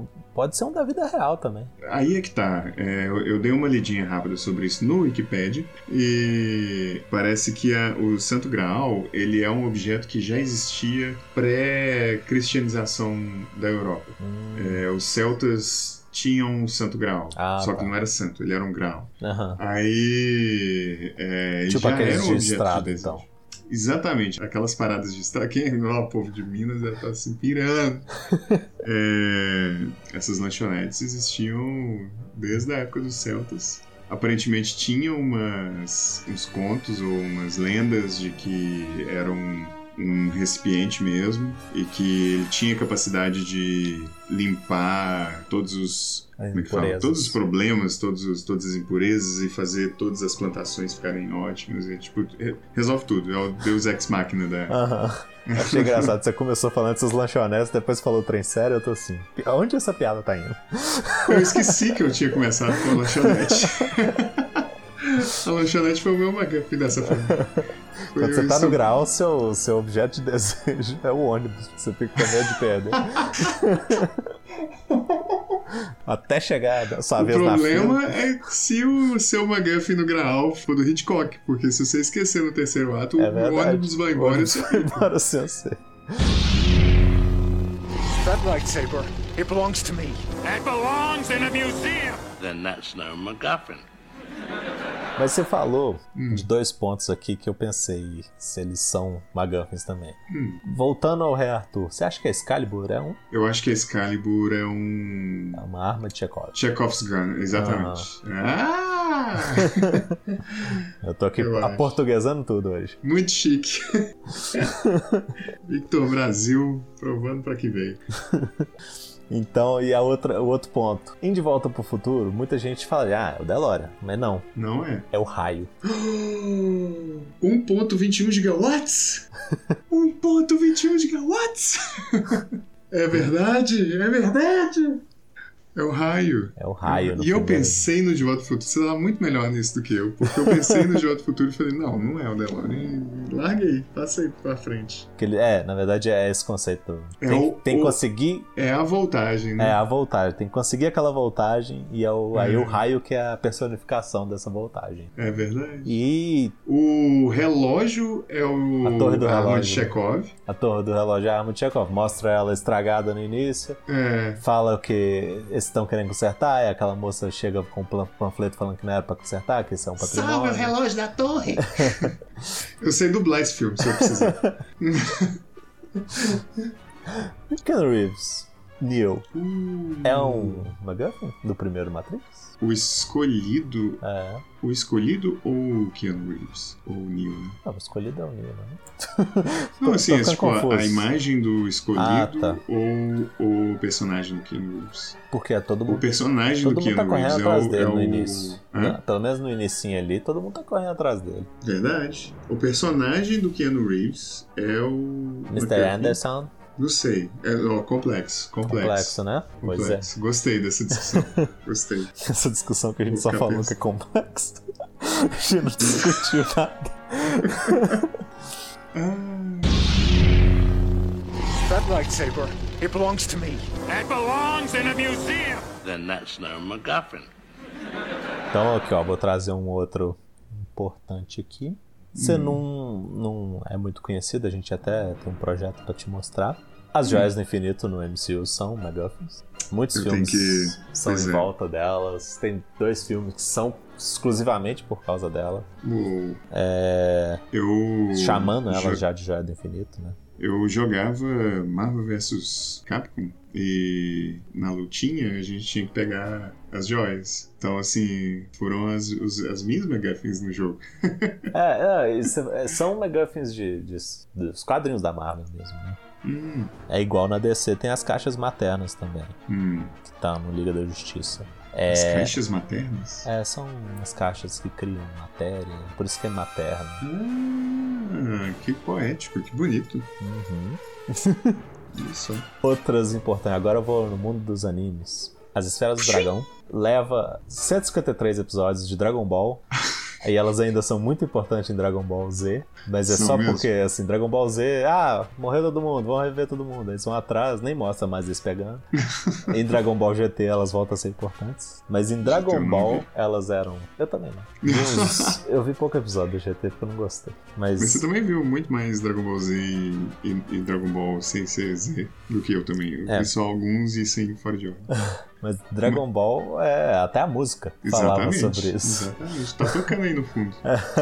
um- Pode ser um da vida real também.
Aí é que tá. É, eu, eu dei uma lidinha rápida sobre isso no Wikipedia. E parece que a- o Santo Graal ele é um objeto que já existia pré-cristianização da Europa.
Hum.
É, os celtas tinham o Santo Graal.
Ah,
só que
tá.
não era santo, ele era um grau.
Aham.
Aí. É,
Tipo
já
aqueles
era um
de
objeto de
estrada,
desejo.
então.
Exatamente, aquelas paradas de estrada. Quem é lá, o povo de Minas já tá se pirando.
[laughs]
É, essas lanchonetes existiam desde a época dos Celtas. Aparentemente tinha umas, uns contos ou umas lendas de que eram um recipiente mesmo e que ele tinha capacidade de limpar todos os
As
como é que fala?
impurezas.
todos os problemas, todos os, todas as impurezas e fazer todas as plantações ficarem ótimas e tipo re- resolve tudo é o Deus ex machina
[laughs]
da [laughs]
Aham. Achei engraçado, você começou falando dessas lanchonetes, depois falou trem sério, eu tô assim. Onde essa piada tá indo?
eu esqueci que eu tinha começado com a
[laughs]
lanchonete a lanchonete foi o meu McGuffin dessa família Foi
Quando você tá
isso.
no grau, seu, seu objeto de desejo é o ônibus. Você fica com medo
[laughs]
de perder. Até chegar a sua
o
vez na
problema
fila.
é se o seu McGuffin no Graal for do Hitchcock, porque se você esquecer no terceiro ato,
É
o
verdade.
ônibus vai embora e
ônibus
você
vai embora sem você.
That lightsaber, it belongs to me.
That belongs in a museum.
Then that's no MacGuffin.
Mas você falou
Hum.
de dois pontos aqui que eu pensei se eles são McGuffins também.
Hum.
Voltando ao Rei Arthur, você acha que a Excalibur é, um,
Eu acho que a Excalibur é um.
é uma arma de Chekhov?
Chekhov's Gun, exatamente. Ah!
Eu tô aqui
Eu acho.
aportuguesando tudo hoje.
Muito chique. Victor Brasil provando pra que veio.
Então, e a outra, o outro ponto. Em De Volta pro Futuro, muita gente fala, ah, é o DeLorean. Mas não,
Não é? [gasps]
é o raio.
1.21 gigawatts? 1.21 gigawatts? [laughs] É verdade, é verdade. É o raio.
É o raio. no
Hum, E eu
primeiro.
pensei no De Volta ao Futuro. Você tava muito melhor nisso do que eu. Porque eu pensei no De Volta ao Futuro e falei, não, não é o DeLorean. Larga aí, passa aí pra frente.
Que ele- é, na verdade é esse conceito.
É
tem,
o-
tem que
o-
conseguir
É a voltagem, né?
é, a voltagem, tem que conseguir aquela voltagem e é o- aí
É.
o raio que é a personificação dessa voltagem.
É verdade.
E
O relógio é o
A torre do
arma
relógio.
de Chekhov.
a torre do relógio é a arma de Chekhov. Mostra ela estragada no início,
É,
fala que eles estão querendo consertar, e aquela moça chega com um plan- panfleto falando que não era pra consertar, que isso é um patrimônio.
relógio da torre! eu sei dublar esse filme, se eu precisar.
[laughs] Keanu Reeves, Neo,
Uh,
é um MacGuffin do primeiro Matrix?
O escolhido.
É,
O escolhido ou o Keanu Reeves? Ou o Neo, né?
não, escolhido é o Neo,
[laughs]
né?
Não,
Tô-
assim,
tô
é
ficando
tipo a,
confuso.
a imagem do escolhido
Ah, tá.
ou o personagem do Keanu Reeves.
Porque é todo
O
mundo
personagem
Todo
do
mundo
Keanu
tá correndo
Reeves
atrás
é o.
dele
é
no
o-
início. Tá.
Hã?
Não, pelo menos no inicinho ali, todo mundo tá correndo atrás dele.
Verdade. O personagem do Keanu Reeves é o.
Mr.
McGuffin.
Anderson,
Não sei. É, ó, complexo, complexo.
complexo, né? Pois é. [laughs]
Complexo. Gostei dessa discussão. Gostei.
Essa discussão que a gente
Vou
só
ficar
falou
pensando.
que é complexo. [laughs] A gente não discutiu nada.
That lightsaber, it belongs to me.
That belongs in a museum.
Then that's no MacGuffin.
Então, aqui, ó, vou trazer um outro importante aqui.
Hum.
Você não, não é muito conhecido, a gente até tem um projeto pra te mostrar. As joias do infinito no MCU são MacGuffins. Muitos
Hum. Eu tenho
filmes
que-
são
pois
em
é.
volta delas. Tem dois filmes que são exclusivamente por causa dela.
Uou.
É,
Eu.
chamando ela
jo-
já de joia do infinito, né?
Eu jogava Marvel vs Capcom e na lutinha a gente tinha que pegar as joias. Então, assim, foram as, os- as minhas McGuffins no jogo.
É, é, isso é- são MacGuffins de, de- dos quadrinhos da Marvel mesmo, né?
Hum,
É igual na DC, tem as caixas maternas também,
hum.
que tá no Liga da Justiça.
As
É,
caixas maternas?
é, são as caixas que criam matéria, por isso que é materna.
Ah, que poético, que bonito.
Uhum.
[laughs]
[laughs]
Isso.
Outras importantes, agora eu vou no mundo dos animes. As Esferas do Dragão leva 153 episódios de Dragon Ball. E elas ainda são muito importantes em Dragon Ball Z, mas é
São
só
mesmo.
porque, assim, Dragon Ball Z, ah, morreu todo mundo, vão reviver todo mundo. Eles vão atrás, nem mostra mais
[laughs]
eles pegando. em Dragon Ball GT elas voltam a ser importantes, mas em
eu
Dragon
não
Ball elas eram. Eu também não.
[laughs]
Vi uns- eu vi pouco episódio do GT porque eu não gostei.
Mas você
Mas
também viu muito mais Dragon Ball Z e, e- e Dragon Ball sem ser Z do que eu também. Eu
É.
vi só alguns e sem fora de ordem.
Mas Dragon Ball, é, até a música falava
Exatamente.
sobre isso.
Exatamente. Tá tocando aí no fundo.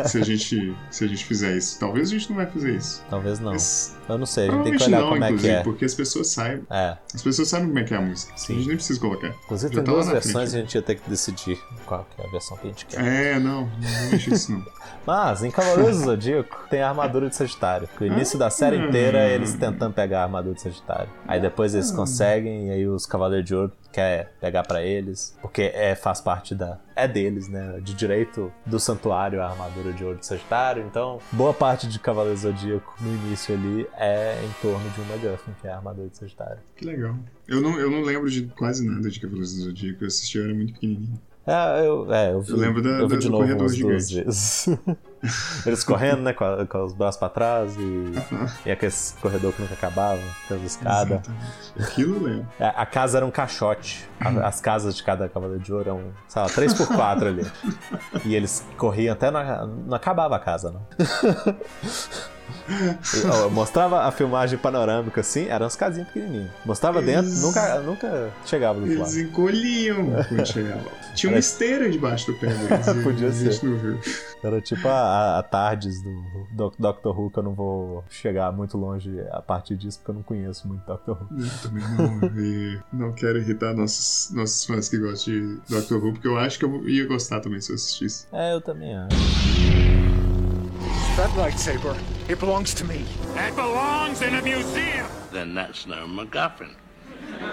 se, a gente, se a gente fizer isso. Talvez a gente não vai fazer isso.
Talvez não.
Mas
Eu não sei, a gente tem que
provavelmente
olhar
não,
como é que
inclusive,
é.
porque as pessoas sabem.
É,
As pessoas sabem como é que é a música.
Sim.
A gente nem precisa colocar.
inclusive
Já
tem
tá lá
duas
na
versões
frente.
e a gente ia ter que decidir qual que é a versão que a gente quer.
É, não, não deixa isso não.
Mas em Cavaleiros do Zodíaco tem a armadura de Sagitário. O início da série
Hum.
inteira é eles tentando pegar a armadura de Sagitário. Aí depois
Hum.
eles conseguem e aí os Cavaleiros de Ouro querem pegar pra eles, porque é faz parte da é deles, né? De direito do santuário a armadura de ouro de Sagitário. Então, boa parte de Cavaleiros do Zodíaco no início ali é em torno de um MacGuffin, que é a armadura de Sagitário.
Que legal. Eu não, eu não lembro de quase nada de Cavaleiros do Zodíaco. Eu assisti, eu era muito pequenininho.
É, eu, é, eu vi,
Eu lembro da-
eu vi
da-
de
do
novo
corredor
umas duas
gigante.
vezes. [laughs] Eles correndo, né, com, a- com os braços pra trás e, e aquele corredor que nunca acabava, aquelas escadas.
Exatamente. Aquilo eu lembro.
É, A casa era um caixote.
Uhum.
A- as casas de cada Cavaleiro de Ouro eram, sei lá, 3x4 ali. E eles corriam até na, não acabava a casa, não. E, ó, eu mostrava a filmagem panorâmica assim, eram as casinhas pequenininhas. Mostrava dentro,
Eles-
nunca, nunca chegava do outro lado.
Eles encolhiam quando chegava. lá. Tinha uma esteira debaixo do pé deles.
[laughs] Podia
e A gente
ser.
não viu.
Era tipo a, a- a tardes do, do Doctor Who, que eu não vou chegar muito longe a partir disso, porque eu não conheço muito Doctor Who.
Eu também não. E não quero irritar nossos, nossos fãs que gostam de Doctor Who, porque eu acho que eu ia gostar também se eu assistisse.
É, eu também acho.
That lightsaber, it belongs to me.
That belongs in a museum.
Then that's no MacGuffin.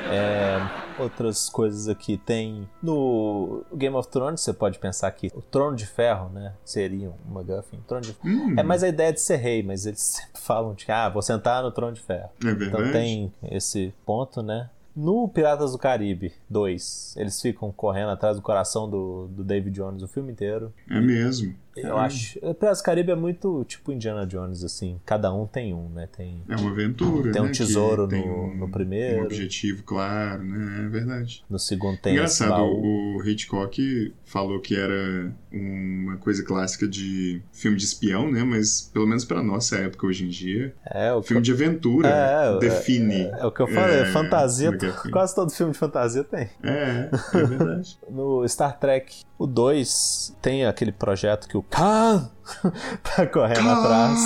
É, Outras coisas aqui tem. No Game of Thrones, você pode pensar que o Trono de Ferro, né? Seria um MacGuffin. Trono de...
Hum.
É mais a ideia de ser rei, mas eles [laughs] sempre falam de que, ah, vou sentar no Trono de Ferro.
É verdade.
Então tem esse ponto, né? No Piratas do Caribe 2, eles ficam correndo atrás do coração do, do David Jones o filme inteiro.
É mesmo.
Hum. Eu acho. Piratas do Caribe é muito tipo Indiana Jones, assim. Cada um tem um, né? Tem.
É uma aventura.
Tem um
né, que
tesouro
tem
no-
um-
no primeiro.
Um objetivo, claro, né? É verdade.
No segundo tem esse
Engraçado,
baú.
o Hitchcock falou que era uma coisa clássica de filme de espião, né? Mas pelo menos pra nossa época hoje em dia,
É, o
filme de aventura
É, é,
define.
É o que eu falei,
é,
fantasia.
como é que é?
Quase todo filme de fantasia tem.
É, é verdade.
No Star Trek, o 2 tem aquele projeto que o Khan [laughs] tá correndo atrás.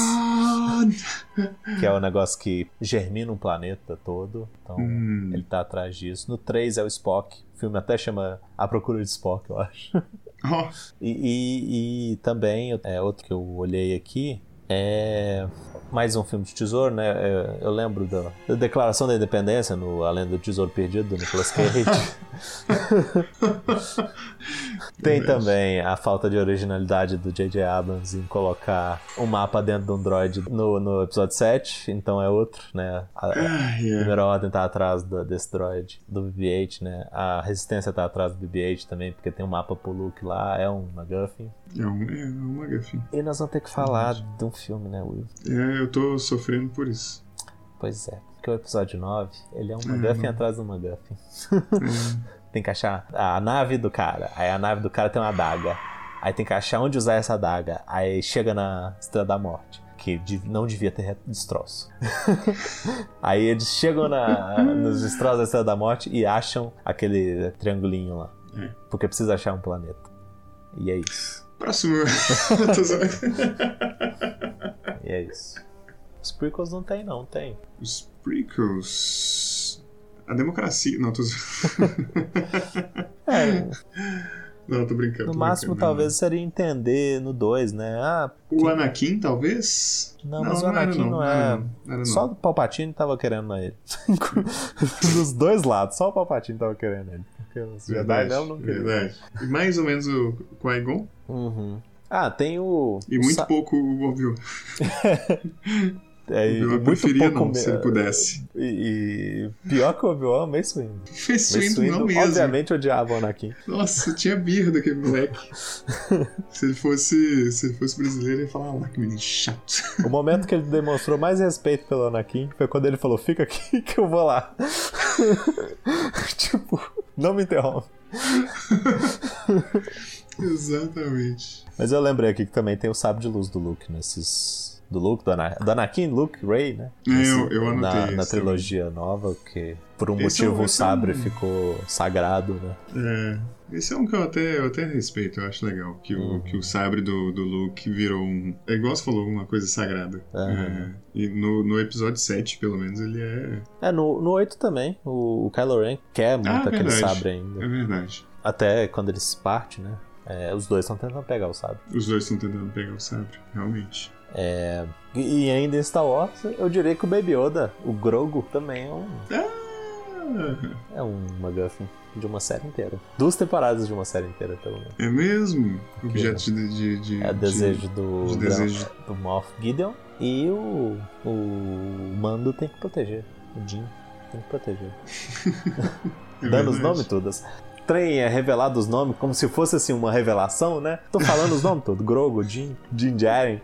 Que é o negócio que germina um planeta todo. Então
Hum.
ele tá atrás disso. No 3 é o Spock. O filme até chama A Procura de Spock, eu acho.
Ó,
E, e- e também, é, outro que eu olhei aqui é mais um filme de tesouro, né? É, Eu lembro da, da Declaração da Independência, no Além do Tesouro Perdido, do Nicolas Cage. Tem também a falta de originalidade do J.J. Abrams em colocar um mapa dentro de um droid no, no episódio 7, então é outro, né? A-
ai,
a
é.
Primeira Ordem tá atrás do, desse droid, do BB-8, né? A Resistência tá atrás do BB-8 também, porque tem um mapa pro Luke lá, é um McGuffin.
É um, é um MacGuffin.
E nós vamos ter que falar de um filme, né, Will?
É, eu tô sofrendo por isso.
Pois é. Porque o episódio 9, ele é um MacGuffin atrás do MacGuffin. [laughs] tem que achar a nave do cara. Aí a nave do cara tem uma adaga. Aí tem que achar onde usar essa adaga. Aí chega na Estrela da Morte. Que de- não devia ter re- destroço. [laughs] Aí eles chegam na, nos destroços da Estrela da Morte e acham aquele triangulinho lá.
É.
Porque precisa achar um planeta. E é isso.
Próximo. [laughs] Tô zoando.
E é isso. Os prequels não tem, não, tem.
[laughs] Os prequels. A democracia. Não, tô zoando.
É,
[laughs] Não, tô brincando.
no
tô
máximo
brincando.
talvez seria entender no 2, né? Ah,
O Anakin, talvez?
Não, mas o Anakin
era,
não
Não
é-
era, não. Não era, não.
Só o Palpatine tava querendo ele. [laughs] Dos dois lados, só o Palpatine tava querendo ele. Porque os Jedi né? não, não queriam.
Verdade. E mais ou menos o Qui-Gon.
Uhum. Ah, tem o.
E
o
muito
Sa-
pouco o Obi-Wan.
é, e
Eu
muito
preferia
pouco
não,
me-
se ele pudesse.
E, e pior que o Obi-Wan, é o Mace Windu.
Fez
Mace
indo não
Windu,
mesmo.
obviamente, odiava o Anakin.
Nossa, eu tinha birra daquele
[laughs]
moleque. se, ele fosse, se ele fosse brasileiro, ele ia falar, ah lá, que menino chato. [laughs]
O momento que ele demonstrou mais respeito pelo Anakin foi quando ele falou: Fica aqui [laughs] que eu vou lá. tipo, não me interrompe.
Exatamente.
Mas eu lembrei aqui que também tem o sábio de luz do Luke nesses. Do Luke, do, Ana... do Anakin, Luke, Ray, né?
É, eu- eu anotei
Na, na
esse
trilogia nova, que por um
Esse é
motivo
um-
o
esse é um-
sabre ficou sagrado, né?
É, esse é um que eu até, eu até respeito, eu acho legal. Que, o,
Uhum.
que o sabre do, do Luke virou um. É igual você falou, uma coisa sagrada.
Aham.
É, e no, no episódio 7, pelo menos, ele é.
É, no, no 8 também, o, o Kylo Ren quer muito
Ah,
aquele
verdade.
sabre ainda.
É verdade.
Até quando eles se partem, né? É, os dois estão tentando pegar o sabre.
Os dois estão tentando pegar o sabre, realmente.
E, e ainda em Star Wars, eu diria que o Baby Yoda, o Grogu, também é um,
Ah,
é um MacGuffin de uma série inteira. Duas temporadas de uma série inteira, pelo menos.
é mesmo? Objeto de. de, de-
É o
de-
desejo do,
de
Gran-
desejo.
do Moff Gideon e o, o Mando tem que proteger. O Jim tem que proteger.
É
Dando os
verdade.
nomes todos. Trem é revelado os nomes como se fosse assim uma revelação, né? Tô falando os nomes todos. Grogo, Jim, Jim Jaren.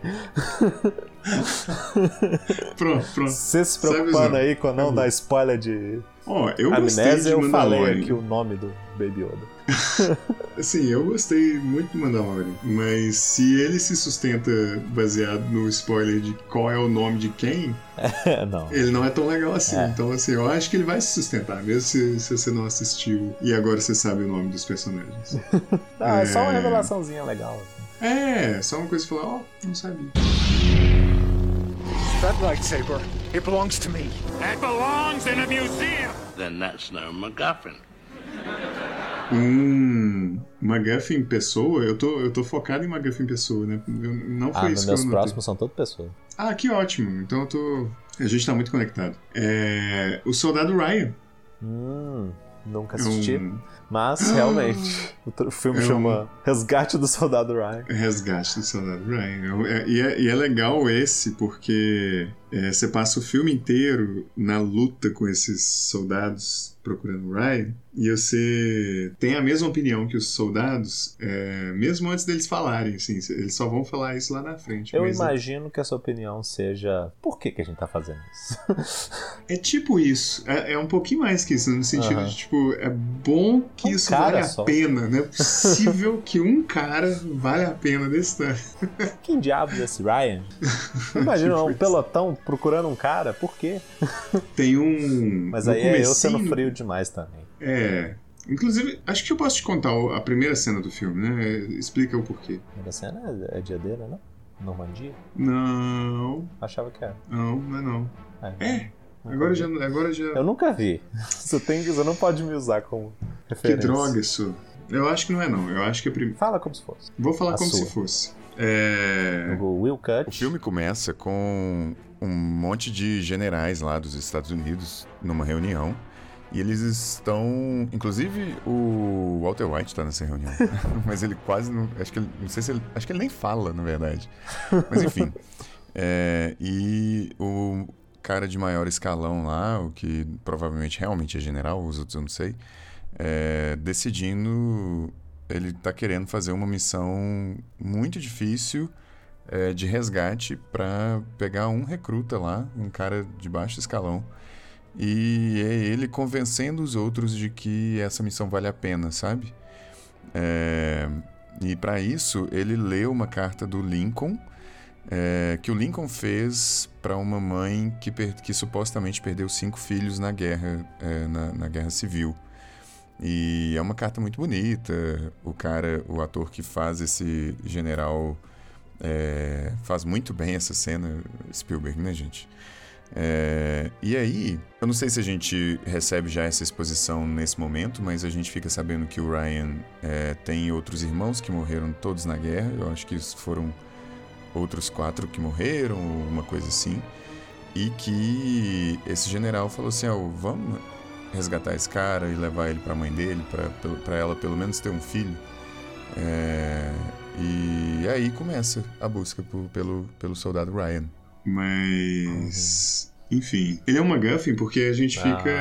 Pronto, pronto.
Você se
Sabe os
preocupando
nomes.
aí com não dar spoiler de
Ó, eu gostei
amnésia,
de
eu falei
Mandalorian.
aqui o nome do Baby Yoda. [laughs]
Assim, eu gostei muito do Mandalorian, mas se ele se sustenta baseado no spoiler de qual é o nome de quem,
É, não.
ele não é tão legal assim.
É.
Então, assim, eu acho que ele vai se sustentar, mesmo se, se você não assistiu e agora você sabe o nome dos
[laughs]
personagens.
Ah, é só uma
É.
revelaçãozinha legal. assim.
é, só uma coisa que falar, ó, não sabia.
That lightsaber, it belongs to me.
That belongs in a museum.
Then that's no MacGuffin.
Um McGuffin pessoa, eu tô, eu tô focado em McGuffin pessoa, né? Eu- não
Ah,
foi
nos
isso que eu
meus
anotei.
próximos são todas pessoas.
Ah, que ótimo. Então eu tô. A gente tá muito conectado. É, O Soldado Ryan.
Hum, nunca
é
assisti.
um- [gasps]
Mas realmente, o tr- o filme
É um-
chama Resgate do Soldado Ryan.
Resgate do Soldado Ryan. É- é- E é, e é legal esse, porque é, você passa o filme inteiro na luta com esses soldados procurando o Ryan, e você tem a mesma opinião que os soldados, é, mesmo antes deles falarem, assim, c- eles só vão falar isso lá na frente.
Eu
mas é-
imagino que a sua opinião seja por que, que a gente tá fazendo isso? [laughs]
É tipo isso, é, é um pouquinho mais que isso, no sentido
Aham.
de, tipo, é bom que
Um
isso
cara
vale
só.
a pena, não é possível que um cara vale a pena desse tanto.
Quem diabo é
[laughs]
esse Ryan? Imagina um pelotão procurando um cara, por quê?
Tem um.
Mas
no
aí é eu sendo
comecinho-
frio demais também.
É. Inclusive, acho que eu posso te contar o- a primeira cena do filme, né? Explica o porquê.
Primeira cena é, é dia dele, né? Normandia?
Não,
Achava que era.
não, não é não.
Ah,
É,
nunca
agora
vi.
já. Agora já...
Eu nunca vi. [laughs] Você, tem, que- você não pode me usar como
Que
referência.
droga isso. Eu acho que não é não. Eu acho que é primeiro.
Fala como se fosse.
Vou falar
A
como
sua.
se fosse. É.
O Will
O
Cut.
filme começa com um monte de generais lá dos Estados Unidos numa reunião. E eles estão. Inclusive, o Walter White tá nessa reunião. [laughs] Mas ele quase não. Acho que ele. Não sei se ele. Acho que ele nem fala, na verdade. Mas enfim. É, e o cara de maior escalão lá, o que provavelmente realmente é general, os outros eu não sei, é, eh, decidindo ele tá querendo fazer uma missão muito difícil é, de resgate para pegar um recruta lá, um cara de baixo escalão. E é ele convencendo os outros de que essa missão vale a pena, sabe? É, e para isso, ele leu uma carta do Lincoln, é, que o Lincoln fez para uma mãe que, per- que supostamente perdeu cinco filhos na guerra, é, na, na guerra civil. E é uma carta muito bonita. O cara, o ator que faz esse general, é, faz muito bem essa cena, Spielberg, né, gente? É, e aí, eu não sei se a gente recebe já essa exposição nesse momento, mas a gente fica sabendo que o Ryan é, tem outros irmãos que morreram todos na guerra. Eu acho que isso foram outros quatro que morreram, ou uma coisa assim. E que esse general falou assim: ó, vamos resgatar esse cara e levar ele pra mãe dele, pra- pelo- pra ela pelo menos ter um filho. É, e aí começa a busca por- pelo, pelo soldado Ryan. Uhum.
Mas. Enfim. Ele é uma guffin porque a gente
Ah,
fica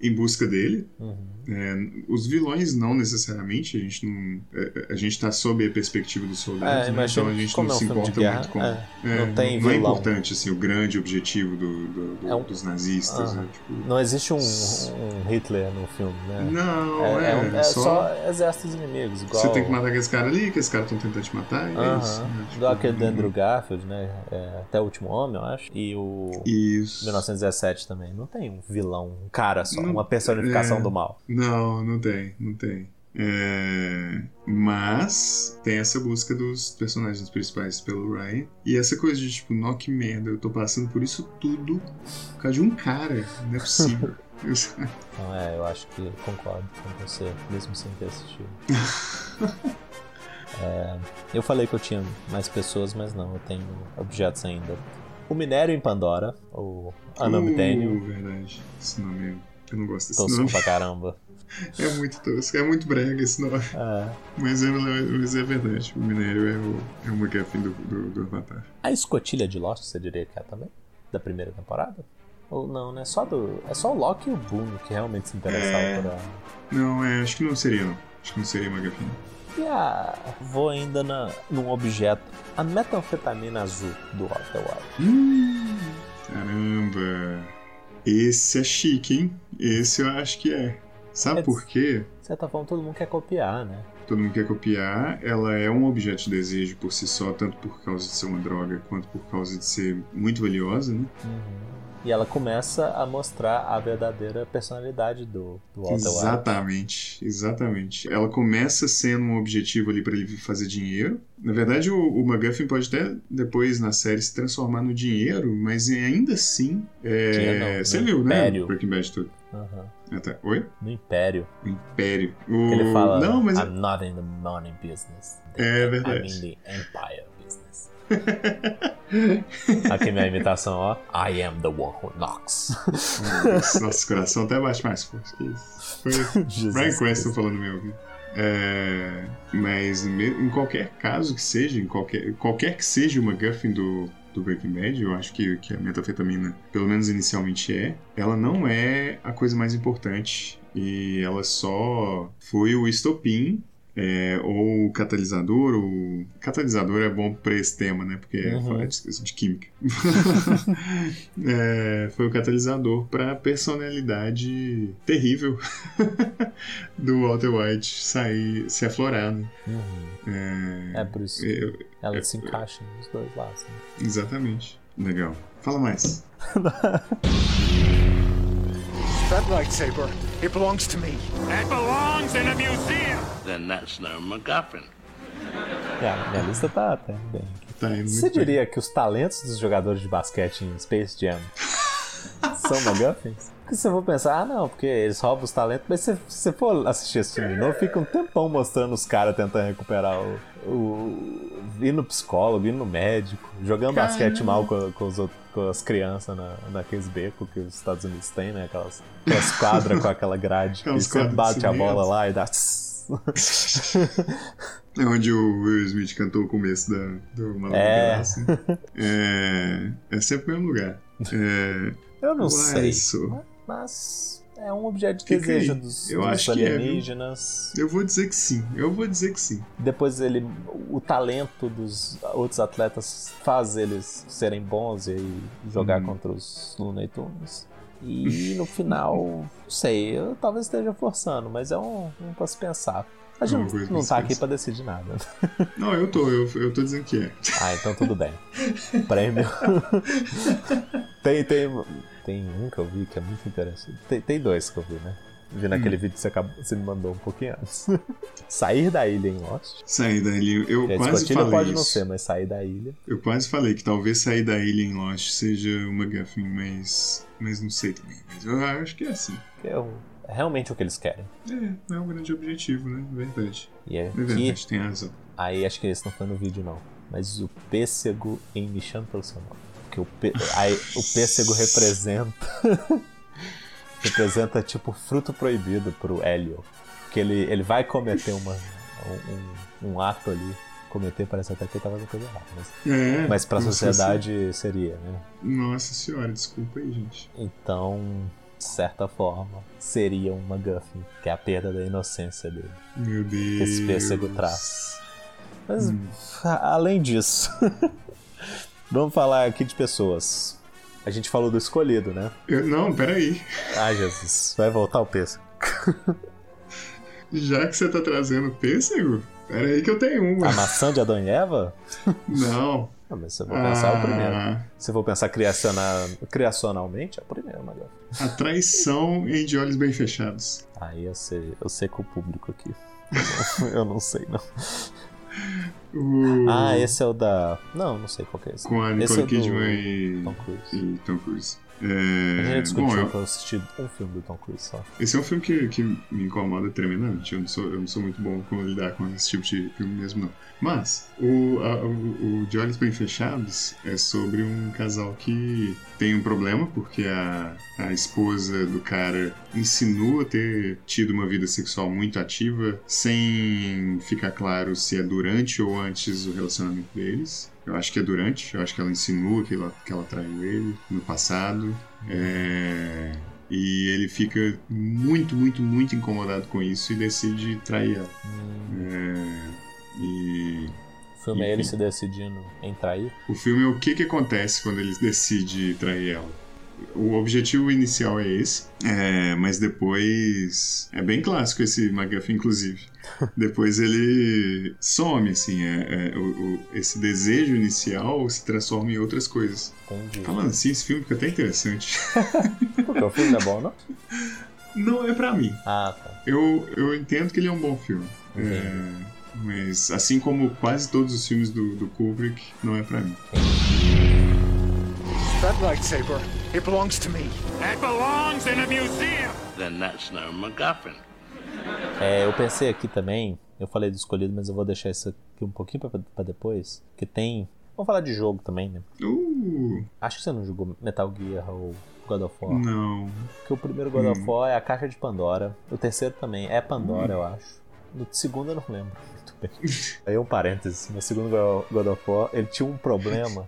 em busca dele.
Uhum.
É, os vilões não necessariamente, a gente não. é, A gente tá sob a perspectiva dos soldados,
É,
né?
mas
então a gente
como
não
é um
se
filme de
importa
guerra,
muito com.
é, não tem
é
vilão.
importante assim, o grande objetivo do, do- do-
É um-
dos nazistas.
Ah.
né? Tipo,
Não existe um, um Hitler no filme, né?
não, é,
é, um- é
só.
só... exércitos inimigos, igual.
Você tem que matar aqueles caras ali, que esses caras estão tentando te matar, e é
Aham.
isso. né? Tipo,
Igual aquele do Andrew Garfield, né? É, até o último homem, eu acho. E o.
Isso.
1917 também. Não tem um vilão, um cara só,
Não-
uma personificação
é.
do mal.
Não, não tem, não tem. É, Mas tem essa busca dos personagens principais pelo Ryan. E essa coisa de tipo, nó que merda, eu tô passando por isso tudo por causa de um cara. Não é
[laughs]
possível.
Então é, eu acho que concordo com você, mesmo sem
[laughs]
ter assistido. É, eu falei que eu tinha mais pessoas, mas não, eu tenho objetos ainda. O minério em Pandora, o Anamdênio,
Uh, verdade. Esse nome é... Eu não gosto desse
tosco
nome.
pra caramba.
É muito tosco, é muito brega esse nome.
É.
Mas é, mas é verdade. O Minério é, o, é uma gaffin do, do, do Avatar.
A escotilha de Lost, você diria que é também? Da primeira temporada? Ou não, né? Só do, é só o Loki e o Boone que realmente se interessavam
É.
por ela.
Não, é, acho que não seria, não. Acho que não seria uma gaffin.
E a... Vou ainda na... num objeto. A metanfetamina azul do Walter White.
Hum, caramba. Esse é chique, hein? Esse eu acho que é. Sabe
É.
por quê?
De certa forma, todo mundo quer copiar, né?
Todo mundo quer copiar, ela é um objeto de desejo por si só, tanto por causa de ser uma droga quanto por causa de ser muito valiosa, né?
Uhum. E ela começa a mostrar a verdadeira personalidade do, do Walter White.
Exatamente, exatamente. Ela começa sendo um objetivo ali pra ele fazer dinheiro. Na verdade, o, o McGuffin pode até depois na série se transformar no dinheiro, mas ainda assim. É...
Dinheiro não, no
Você viu, né?
império.
Breaking Bad tudo.
Aham.
Ah, tá. Oi?
Uhum. No Império.
O Império. O...
que Ele fala, "Ah,
Não, mas.
I'm not in the money business.
É verdade.
I'm in the empire business.
[laughs]
Aqui minha imitação, ó. I am the one who
[laughs]
knocks.
Nosso coração até bate mais forte que isso. Foi
Jesus
Brian Cranston
Cristo.
falando no meu ouvido. É, mas me- em qualquer caso que seja, em qualquer, qualquer que seja o McGuffin do, do Breaking Bad, eu acho que, que a metafetamina, pelo menos inicialmente é, ela não é a coisa mais importante. E ela só foi o estopim, é, ou o catalisador, ou... Catalisador é bom pra esse tema, né? Porque é
Uhum.
falar de, de química. [laughs] É, foi o catalisador pra personalidade terrível [laughs] do Walter White sair, se aflorar, né?
Uhum.
É,
É por isso que
eu-
ela se encaixa nos dois lados. né?
exatamente. Legal. Fala mais.
That lightsaber, it belongs to me.
That belongs in a museum.
Then that's no MacGuffin.
É, a minha lista tá até bem.
Tá indo muito
Você
bem.
diria que os talentos dos jogadores de basquete em
[laughs]
Space Jam são McGuffins? Porque você for pensar, ah não, porque eles roubam os talentos, mas se se você for assistir esse filme de novo, fica um tempão mostrando os caras tentando recuperar o, o. ir no psicólogo, ir no médico, jogando basquete mal com, com os outros- com as crianças na, naqueles becos que os Estados Unidos têm, né? Aquelas, aquelas quadras com aquela grade.
Aquelas
e você
quadras
bate a bola
cimento.
lá e dá.
[laughs] É onde o Will Smith cantou o começo da, do Maluco
É.
é.
[laughs]
é. É sempre o mesmo lugar. É.
Eu não
Uai,
sei.
isso.
Mas. É, É um objeto de
Fica
desejo
aí.
dos,
Eu
dos
acho que é, viu?
alienígenas.
Eu vou dizer que sim, eu vou dizer que sim.
Depois ele. O talento dos outros atletas faz eles serem bons e aí jogar
Uhum.
contra os Looney Tunes. E no final, não sei, eu talvez esteja forçando, mas é um, um pra se pensar. A
É uma
gente
coisa
não
pra se
tá aqui
pensar.
pra decidir nada.
Não, eu tô, eu, eu tô dizendo que é.
Ah, então tudo bem.
[laughs]
Prêmio. tem, tem, tem um que eu vi que é muito interessante. Tem, tem dois que eu vi, né? Vi
Hum.
naquele vídeo que você, acabou- você me mandou um pouquinho antes. [laughs] sair da ilha em Lost.
Sair da ilha, eu
Que é
quase
discutível,
falei
pode
isso.
não ser, mas sair da ilha.
Eu quase falei que talvez sair da ilha em Lost seja uma gaffin, mas mas não sei também. Mas eu acho que é assim.
que é o- é realmente o que eles querem.
É, é um grande objetivo, né? Verdade.
E é
É
que.
verdade, tem razão.
Aí acho que esse não foi no vídeo, não. Mas o pêssego em Me Chame pelo seu nome. Porque o, pê- aí, o pêssego representa. [laughs] representa tipo fruto proibido pro Hélio. Que ele, ele vai cometer uma, um, um- um ato ali. Cometer parece até que ele tava fazendo coisa errada. Mas,
É.
mas pra
nossa
sociedade seria, né?
se- Nossa senhora, desculpa aí, gente.
Então, de certa forma, seria uma Guffin, que é a perda da inocência dele.
Meu Deus.
que esse pêssego traz. Mas,
Hum.
a- além disso, [laughs] vamos falar aqui de pessoas. A gente falou do escolhido, né?
Eu, não, peraí.
Ah, Jesus, vai voltar o pêssego.
Já que você tá trazendo pêssego, peraí que eu tenho uma.
A maçã de Adão e Eva?
Não.
Não, mas se eu vou pensar, é o primeiro.
Ah,
Se eu vou pensar criaciona- criacionalmente, é o primeiro, Magal.
A traição em De Olhos Bem Fechados.
Aí eu sei, eu sei com o público aqui. [laughs] eu não sei, não.
O...
Ah, esse é o da... Não, não sei qual que é esse.
Hum. Com a
esse
Nicole
é do
Kidman e...
Tom Cruise.
e Tom Cruise.
A gente já
É... Bom,
discutiu
eu-
que eu assisti um filme do Tom Cruise só.
esse é um filme que, que me incomoda tremendamente. Eu não, sou, eu não sou muito bom com lidar com esse tipo de filme mesmo, não. Mas, o, a- o, o De Olhos Bem Fechados é sobre um casal que tem um problema, porque a, a esposa do cara insinua ter tido uma vida sexual muito ativa, sem ficar claro se é durante ou antes do relacionamento deles. Eu acho que é durante, eu acho que ela insinua que ela, que ela traiu ele no passado. É, E ele fica muito, muito, muito incomodado com isso e decide trair ela.
Hum,
É, E
o filme é ele
enfim.
se decidindo em trair.
o filme é o que, que acontece quando ele decide trair ela. O objetivo inicial é esse, é, mas depois. É bem clássico esse McGuffin, inclusive. Depois ele some, assim. é- é, o- o- esse desejo inicial se transforma em outras coisas.
Entendi.
Falando assim, esse filme fica até interessante.
Porque o filme é bom, não?
Não é pra mim.
Ah, tá.
Eu, eu entendo que ele é um bom filme.
Uhum.
É, mas assim como quase todos os filmes do, do Kubrick, não é pra mim.
That lightsaber, it belongs to me.
That belongs in a museum.
Then that's no MacGuffin.
É, eu pensei aqui também, eu falei do escolhido, mas eu vou deixar isso aqui um pouquinho pra, pra depois. Que tem. Vamos falar de jogo também, né?
Uh,
Acho que você não jogou Metal Gear ou God of War.
não.
Porque o primeiro God of War é a caixa de Pandora. O terceiro também é Pandora, eu acho. No segundo eu não lembro muito [laughs] bem. Aí um parênteses, no segundo Go- God of War, ele tinha um problema.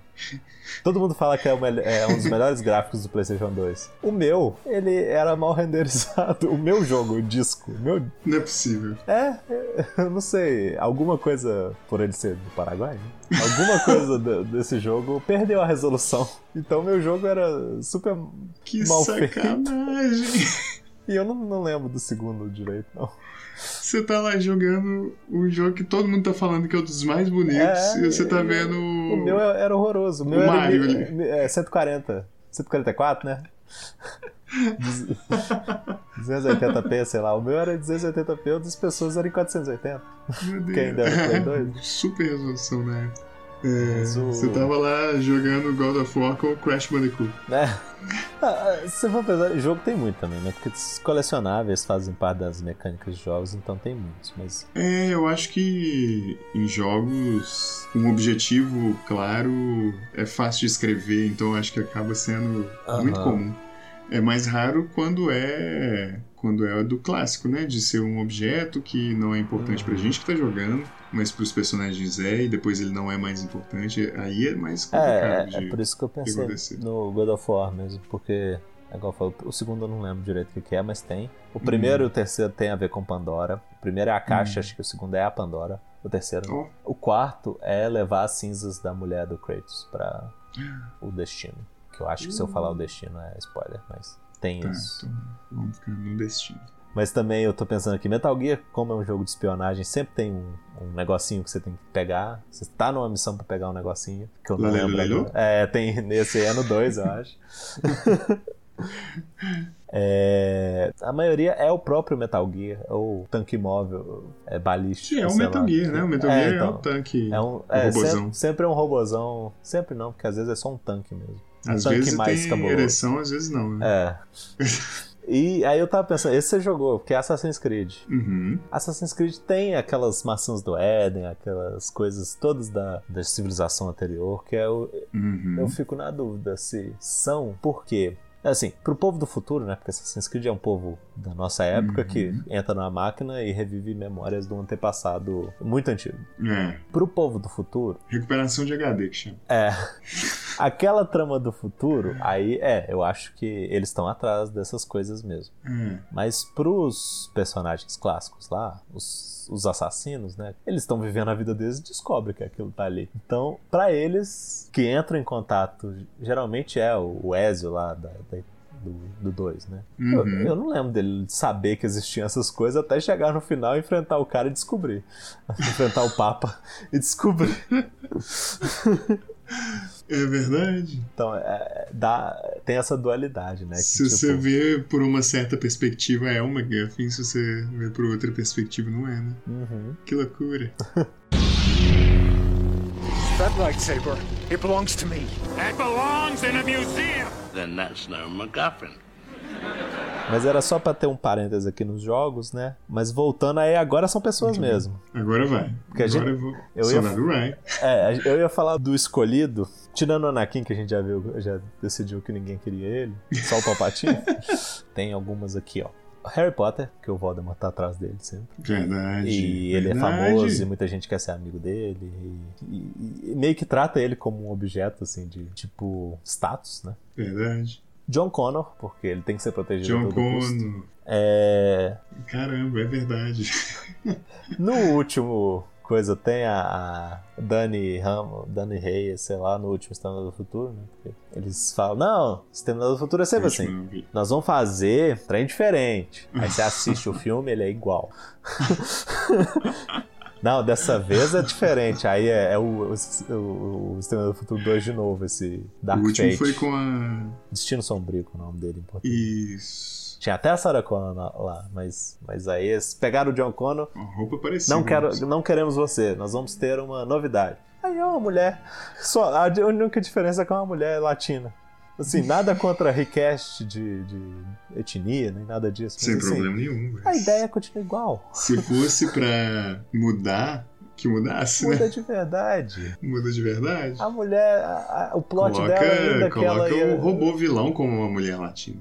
Todo mundo fala que é, o mel- é um dos melhores gráficos do PlayStation 2. O meu, ele era mal renderizado. O meu jogo, o disco, o meu
Não é possível.
é, [laughs] eu não sei. Alguma coisa, por ele ser do Paraguai, né? alguma [laughs] coisa do- desse jogo perdeu a resolução. Então meu jogo era super.
Que
Mal feito.
sacanagem. [laughs]
E eu não, não lembro do segundo direito, não.
Você tá lá jogando um jogo que todo mundo tá falando que é um dos mais bonitos
É,
e você tá
eu-
vendo.
O meu é era horroroso. O meu
O
era
Mario, né?
mi-
ele-
mi- é, 140. 144, né? [laughs]
[laughs]
Duze- 280p, sei lá. O meu era 280p, o das pessoas era em 480.
Meu Deus.
Quem dera
[laughs]
Play dois.
Super resolução na época.
Mas
É,
o-
Você tava lá jogando God of War com Crash Bandicoot.
né? [laughs] Ah, ah, Se você for pensar, jogo tem muito também, né? Porque esses colecionáveis fazem parte das mecânicas de jogos, então tem muitos. Mas
É, eu acho que em jogos um objetivo claro é fácil de escrever, então eu acho que acaba sendo
Aham.
muito comum. É mais raro quando é quando é do clássico, né? De ser um objeto que não é importante
Uhum.
pra gente que tá jogando, mas pros personagens é, e depois ele não é mais importante. Aí é mais
é,
complicado
é, é
de.
por isso que eu pensei
acontecer.
no God of War mesmo, porque É igual eu falo, o segundo eu não lembro direito o que, que é, mas tem. O primeiro
Uhum.
e o terceiro tem a ver com Pandora. O primeiro é a caixa, acho que o segundo é a Pandora. O terceiro. não.
Ó.
O quarto é levar as cinzas da mulher do
[gasps]
Kratos pra o destino. Que eu acho que se eu falar o destino é spoiler, mas tem
Uhum. Tá,
isso.
então vamos ficar no destino.
Mas também eu tô pensando aqui, Metal Gear, como é um jogo de espionagem, sempre tem um, um negocinho que você tem que pegar. Você tá numa missão pra pegar um negocinho. Que eu não
Lalelu,
lembro.
lelu?
agora. É, tem nesse aí é no 2, eu
[laughs]
acho. É, a maioria é o próprio Metal Gear, ou tanque móvel, é balístico.
Que é o
sei
Metal
lá.
Gear, né? O Metal
É,
Gear é
então.
um tanque.
É um,
Um
é,
robozão.
sempre, sempre é um robozão. Sempre não, porque às vezes é só um tanque mesmo. Um
Às
tanque
vezes
mais
tem
cabuloso.
ereção, às vezes não, né?
É. [laughs] E aí eu tava pensando, esse você jogou, porque é Assassin's Creed.
Uhum.
Assassin's Creed tem aquelas maçãs do Éden, aquelas coisas todas da, da civilização anterior, que é eu,
Uhum.
eu fico na dúvida se são, por quê? Assim, pro povo do futuro, né? Porque Assassin's Creed é um povo da nossa época que entra na máquina e revive memórias de um antepassado muito antigo.
É.
Pro povo do futuro,
Recuperação de HD que chama.
é. Aquela trama do futuro, aí é, eu acho que eles estão atrás dessas coisas mesmo.
É.
Mas pros personagens clássicos lá, os, os assassinos, né? Eles estão vivendo a vida deles e descobrem que aquilo tá ali. Então, pra eles que entram em contato, geralmente é o, o Ezio lá da- da- do 2, né? Eu,
Uhum.
eu não lembro dele saber que existiam essas coisas até chegar no final, enfrentar o cara e descobrir. [laughs] enfrentar o Papa [laughs] e descobrir.
É verdade.
Então, é- é- dá, tem essa dualidade, né? que,
se você vê por uma certa perspectiva, é uma Guffin. Se você vê por outra perspectiva, não é, né?
Uhum.
Que loucura.
That lightsaber, it belongs to me.
That belongs in a museum.
Then that's no MacGuffin.
Mas era só pra ter um parênteses aqui nos jogos, né? Mas voltando aí, agora são
Uhum.
pessoas mesmo.
Agora vai.
Porque a
Agora
gente-
eu vou.
eu ia-
Soldado Ryan.
É, a- eu ia falar do escolhido, tirando o Anakin, que a gente já viu, já decidiu que ninguém queria ele, só
[laughs]
o Palpatine. Tem algumas aqui, ó. Harry Potter, que o Voldemort tá atrás dele sempre.
Verdade.
E ele é
verdade.
famoso e muita gente quer ser amigo dele. E, e- e meio que trata ele como um objeto, assim, de tipo status, né?
Verdade.
John Connor, porque ele tem que ser protegido a
John
todo custo.
Connor.
É,
Caramba, é verdade.
No último coisa tem a, a Dani Ramo, Dani Reyes, sei lá, no último Exterminador do Futuro, né? Porque eles falam, não, Exterminador do Futuro
[laughs]
é sempre assim.
Não vi.
Nós vamos fazer trem diferente. Aí você assiste o filme, ele é igual. [laughs] Não, dessa vez é diferente. Aí é, é o, o, o, o Exterminador do Futuro 2 de novo, esse Dark
o último
Fate.
foi com a.
Destino Sombrio, que é o nome dele em português.
Isso.
Tinha até a Sarah Connor lá- lá, mas, mas aí eles pegaram o John Connor
Uma roupa parecida.
não, quero,
mas-
não queremos você, nós vamos ter uma novidade. Aí é uma mulher. Só, a di- a única diferença é que é uma mulher latina. Assim, nada contra request de, de etnia, nem nada disso. mas,
Sem
assim,
problema nenhum.
A
mas-
ideia continua igual.
Se fosse pra mudar, que mudasse, né?
Muda de verdade.
Muda de verdade.
A mulher, a- a- o plot
Coloca,
dela ainda que ela
coloca
ia...
o robô vilão como uma mulher latina.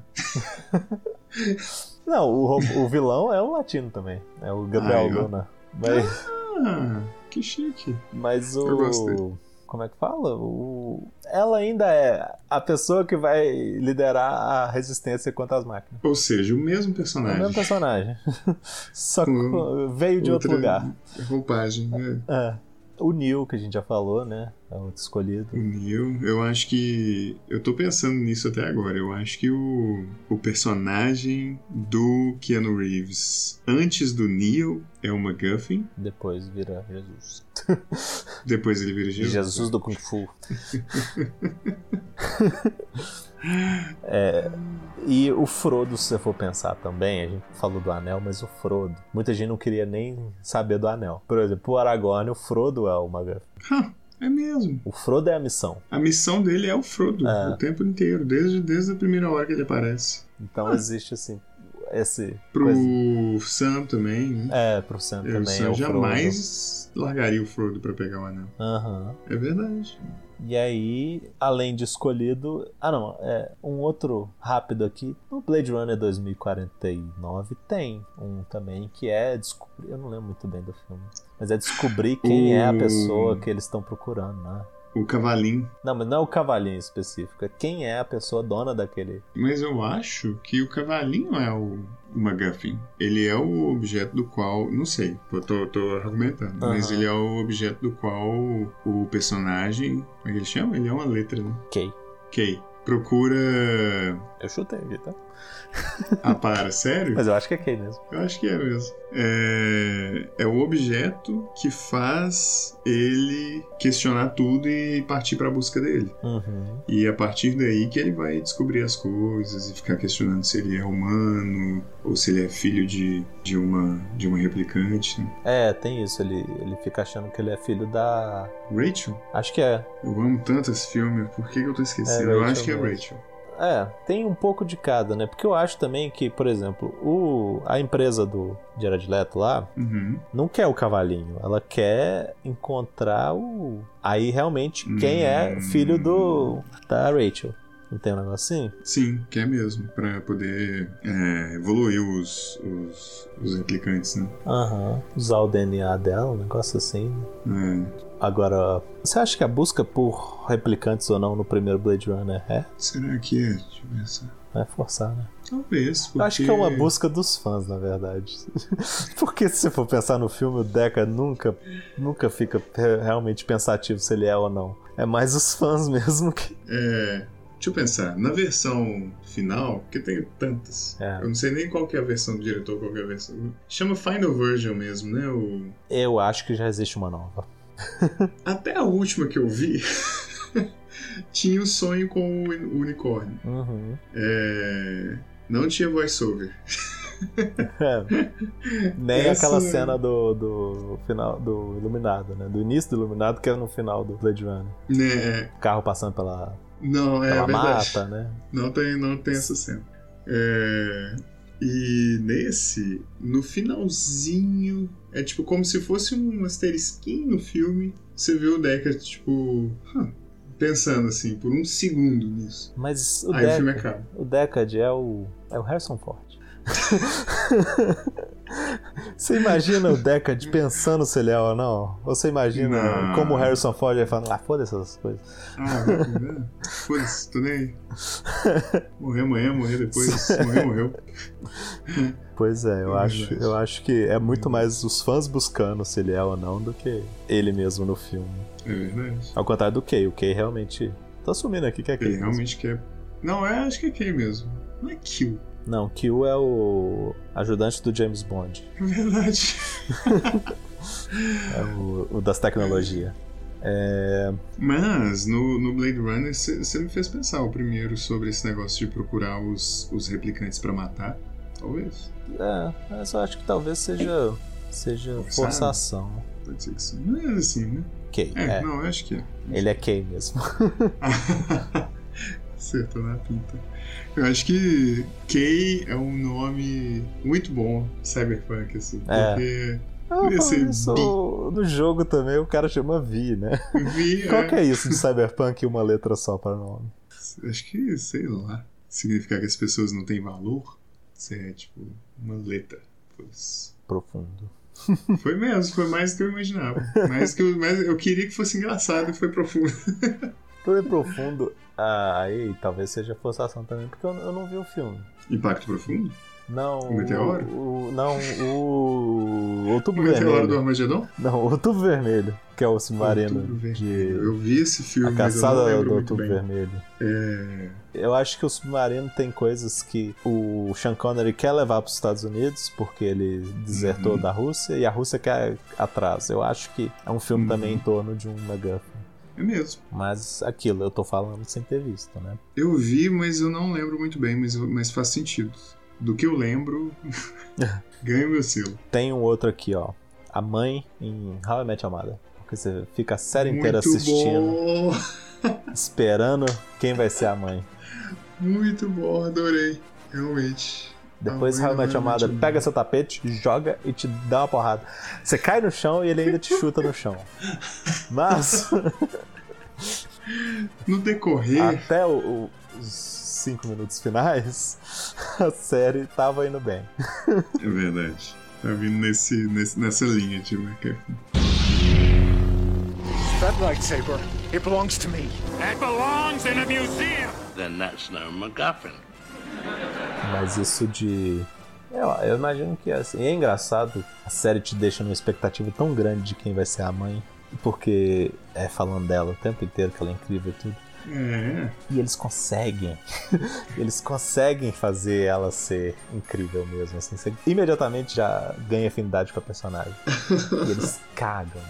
Não, o, ro- o vilão é um latino também. É o Gabriel
Aí, ó.
Luna. Mas...
Ah, que chique.
Mas
Eu gostei.
o. Como é que fala? O... Ela ainda é a pessoa que vai liderar a resistência contra as máquinas.
Ou seja, o mesmo
É o
personagem.
mesmo personagem. [laughs] Só que
Hum.
veio de outro
Outra
lugar.
Roupagem, né?
É. O Neil, que a gente já falou, né? É outro escolhido.
O Neo, eu acho que. Eu tô pensando nisso até agora. Eu acho que o, o personagem do Keanu Reeves antes do Neo é o McGuffin,
Depois vira Jesus.
depois ele vira Jesus.
Jesus do Kung
[laughs]
Fu. é, e o Frodo, se você for pensar também, a gente falou do anel, mas o Frodo. Muita gente não queria nem saber do anel. Por exemplo, o Aragorn, o Frodo é o Maga.
Ah, é mesmo.
O Frodo é a missão.
A missão dele é o Frodo
É.
o tempo inteiro, desde, desde a primeira hora que ele aparece. [laughs]
Então existe assim. Esse.
Pro
coisa-
Sam também, né?
É, pro Sam
É, o
também.
Sam
é o Frodo.
jamais largaria o Frodo pra pegar o anel.
Aham.
É verdade.
E aí, além de escolhido. Ah, não, é um outro rápido aqui. No Blade Runner 2049 tem um também que é. descobrir Eu não lembro muito bem do filme. Mas é descobrir quem é a
O-
pessoa que eles estão procurando, né?
o cavalinho.
Não, mas não é o cavalinho em específico. É quem é a pessoa dona daquele.
Mas eu acho que o cavalinho é o, o MacGuffin. Ele é o objeto do qual. Não sei, eu tô, tô argumentando. Mas
Aham.
ele é o objeto do qual o personagem. Como é que ele chama? Ele é uma letra, né?
Kay.
Kay.
[laughs]
Procura.
Eu chutei aqui, tá?
Ah, para, sério?
Mas eu acho que é Kay mesmo.
Eu acho que é mesmo. É, é o objeto que faz ele questionar tudo e partir pra busca dele.
Uhum.
E é a partir daí que ele vai descobrir as coisas e ficar questionando se ele é humano ou se ele é filho de, de, uma, de uma replicante. né?
É, tem isso. Ele, ele fica achando que ele é filho da.
Rachel?
Acho que é.
Eu amo tanto esse filme, por que, que eu tô esquecendo?
É,
eu
Rachel
acho que é
mesmo.
Rachel.
É, tem um pouco de cada, né? Porque eu acho também que, por exemplo, o, a empresa do Jared Leto lá
Uhum.
não quer o cavalinho. Ela quer encontrar o. Aí realmente quem é
Hum.
filho do. da Rachel. Não tem um negocinho?
Sim, que é mesmo, pra poder é, evoluir os, os, os replicantes, né?
Aham. Usar o DNA dela, um negócio assim. né?
É,
Agora, você acha que a busca por replicantes ou não no primeiro Blade Runner é?
será que é? Deixa eu pensar.
É forçar, né?
Talvez, porque...
Eu acho que é uma busca dos fãs, na verdade. [laughs] Porque se você for pensar no filme, o Deca nunca, nunca fica re- realmente pensativo se ele é ou não. É mais os fãs [laughs] mesmo que.
É, deixa eu pensar, na versão final, porque tem tantas,
É.
eu não sei nem qual que é a versão do diretor, qual que é a versão. Chama Final Version mesmo, né? O...
Eu acho que já existe uma nova.
Até a última que eu vi [laughs] tinha o sonho com o uni- o unicórnio.
Uhum.
É, Não tinha voiceover.
É. Nem
Essa- é.
aquela cena do, do final do Iluminado, né? Do início do Iluminado, que é no final do Blade Runner.
Né?
O carro passando pela,
Não, é
pela
verdade.
mata, né?
Não tem, não tem essa cena. É, E nesse, no finalzinho, é tipo como se fosse um asterisquinho no filme. Você vê o Decker, tipo, "Hã", pensando assim, por um segundo nisso.
Mas o
Aí o
Deca,
filme acaba.
o Decad é o. é o Harrison Ford. [laughs] Você imagina o Decad pensando se ele é ou não? Ou você imagina
Não.
como o Harrison Ford vai falando, ah, foda-se essas coisas.
Ah, vai comer? foda-se, tô nem aí. Morrer amanhã, morrer depois. Morrer, morreu.
Pois é, eu,
É
acho,
verdade.
eu acho que é muito mais os fãs buscando se ele é ou não do que ele mesmo no filme.
É verdade.
Ao contrário do Kay, o Kay realmente. Tô assumindo aqui que é Kay.
Ele
mesmo.
realmente quer. Não, é, acho que é quem mesmo. Não é Kill.
Não, Q é o ajudante do James Bond.
É verdade.
É o, o das tecnologias.
Mas no, no Blade Runner você me fez pensar o primeiro sobre esse negócio de procurar os, os replicantes pra matar. Talvez.
É, mas eu acho que talvez seja. Seja
Forçado.
forçação.
Pode ser que sim. Mas assim, né?
Kay,
É,
é.
não, eu acho que é. [laughs]
Ele é Kay mesmo.
Acertou na pinta. Eu acho que Kay é um nome muito bom, cyberpunk, assim.
É.
Porque
Ah,
Ia ser
falando isso,
bi.
no jogo também o cara chama Vi, né?
vi.
[laughs] Qual que é isso de Cyberpunk e uma letra só pra nome?
é, Acho que, sei lá. Significar que as pessoas não têm valor? Você é tipo uma letra. Pois.
Profundo.
Foi mesmo, foi mais do que eu imaginava. Mais que eu, mais, eu queria que fosse engraçado e foi profundo.
Tudo é profundo. Ah, aí talvez seja forçação também, porque eu, eu não vi o filme.
Impacto profundo?
Não.
O meteoro?
o- não, o. Outubro
O meteoro é do
Vermelho.
Armagedon?
Não, Outubro Vermelho, que é o submarino.
Outubro
de-
Vermelho. Eu vi esse filme,
A
mas eu não
caçada
lembro
do
muito
Outubro
bem.
Vermelho.
É,
Eu acho que o submarino tem coisas que o Sean Connery quer levar para os Estados Unidos, porque ele desertou
Uhum.
da Rússia, e a Rússia quer atrás. Eu acho que é um filme
Uhum.
também em torno de um MacGuffin.
é mesmo.
Mas aquilo, eu tô falando sem ter visto, né?
Eu vi, mas eu não lembro muito bem, mas, mas faz sentido. Do que eu
[laughs]
lembro, ganho meu selo.
Tem um outro aqui, ó. A mãe em How I Met Your Mother. Porque você fica a série inteira
Muito
assistindo,
bom!
esperando quem vai ser a mãe.
Muito bom, adorei. Realmente.
Depois
mãe
How I Met
da
Your
How I Met
Mother
Your
pega seu tapete, joga e te dá uma porrada. Você cai no chão e ele ainda te chuta no chão. Mas...
No decorrer,
até o- o- os cinco minutos finais, a série tava indo bem. Ah.
é verdade. Tá vindo nesse, né, nesse- nessa linha de McAfee.
That lightsaber. It belongs to me.
That belongs in a museum.
Then that's no MacGuffin.
Mas isso de. Eu, eu imagino que é assim. E é engraçado, a série te deixa numa expectativa tão grande de quem vai ser a mãe, porque é falando dela o tempo inteiro, que ela é incrível e tudo.
É.
E eles conseguem. [laughs] eles conseguem fazer ela ser incrível mesmo. Assim. Você imediatamente já ganha afinidade com a personagem.
[laughs]
e eles cagam.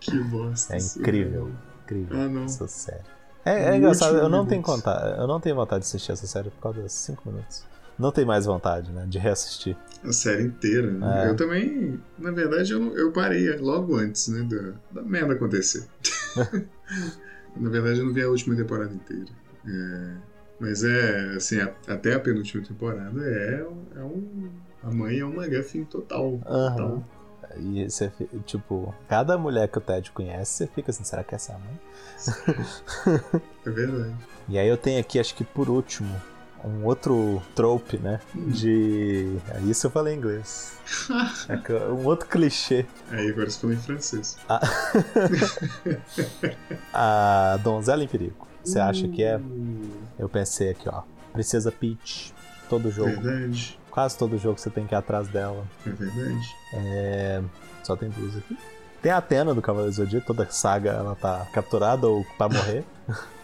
Que bosta.
É
isso,
incrível.
cara.
Incrível
Ah, não.
essa série. É, é
No
engraçado,
último
eu não, tenho
minuto.
conta, eu não tenho vontade de assistir essa série por causa dos 5 minutos. Não tenho mais vontade, né? De reassistir.
A série inteira, né?
É.
Eu também, na verdade, eu, não- eu parei logo antes, né? Da, da merda
[laughs]
acontecer. na verdade, eu não vi a última temporada inteira. É, mas é, assim, a- até a penúltima temporada é, um- é um. A mãe é um McGuffin total.
Aham.
total.
E você, fi- tipo, cada mulher que o Ted conhece, você fica assim, será que essa é a mãe?
É verdade.
E aí eu tenho aqui, acho que por último, um outro trope, né? De. é Isso eu falei em inglês. É que eu- um outro clichê.
Aí agora você falou em francês.
A donzela em perigo. Você acha que
Hum.
é?
Uh,
Eu pensei aqui, ó. Princesa Peach. Todo jogo.
Verdade.
Quase todo jogo você tem que ir atrás dela.
É verdade.
Só tem duas aqui. Tem a Atena do Cavaleiro do Zodíaco, toda saga ela tá capturada ou pra morrer.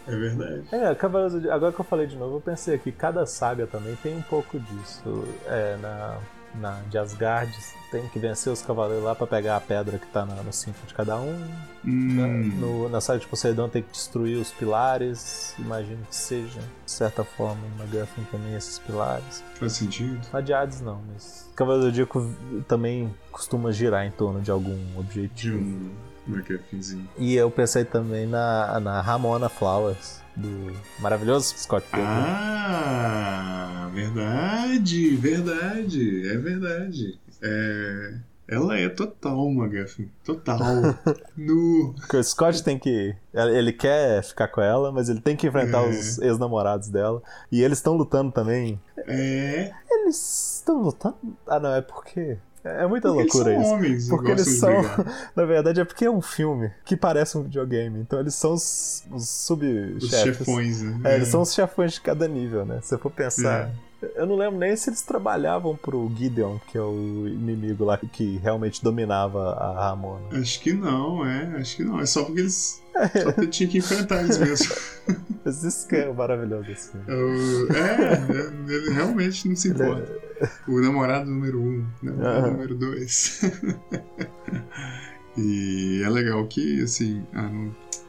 É verdade.
É, Cavaleiro do Zodíaco, agora que eu falei de novo, eu pensei aqui, cada saga também tem um pouco disso. É, na, na de Asgard, tem que vencer os cavaleiros lá pra pegar a pedra que tá na- no cinto de cada um. Na,
Hum.
no- na saga de Poseidon tem que destruir os pilares. Imagino que seja, de certa forma, uma Guffin também esses pilares.
Faz sentido.
Na de Hades não, mas Cavaleiro do Zodíaco também costuma girar em torno de algum
De
objetivo.
um McGuffinzinho.
E eu pensei também na, na Ramona Flowers, do maravilhoso Scott Pilgrim.
Ah, verdade, verdade, é verdade. É, ela é total uma gaffin, total.
[laughs]
nu.
Porque o Scott tem que. ele- Ele quer ficar com ela, mas ele tem que enfrentar
É.
os ex-namorados dela. E eles estão lutando também.
É,
Eles estão lutando? Ah, não, é porque. É é muita
porque eles
loucura
são
isso.
homens e
Porque
gostam
eles
de
são.
brigar.
[laughs] Na verdade, é porque é um filme que parece um videogame. Então eles são os, os
os
sub-chefes.
chefões, né?
É, eles são os chefões de cada nível, né? Se eu for pensar.
É.
Eu não lembro nem se eles trabalhavam pro Gideon, que é o inimigo lá que realmente dominava a Ramona.
Acho que não, é, acho que não. É só porque
[laughs]
eles só porque tinha que enfrentar eles mesmo.
Mas isso que é o maravilhoso desse filme.
É, o- é, é, ele realmente não se importa. O namorado número um, namorado
Aham.
número dois. [laughs] e é legal que, assim, ah, não,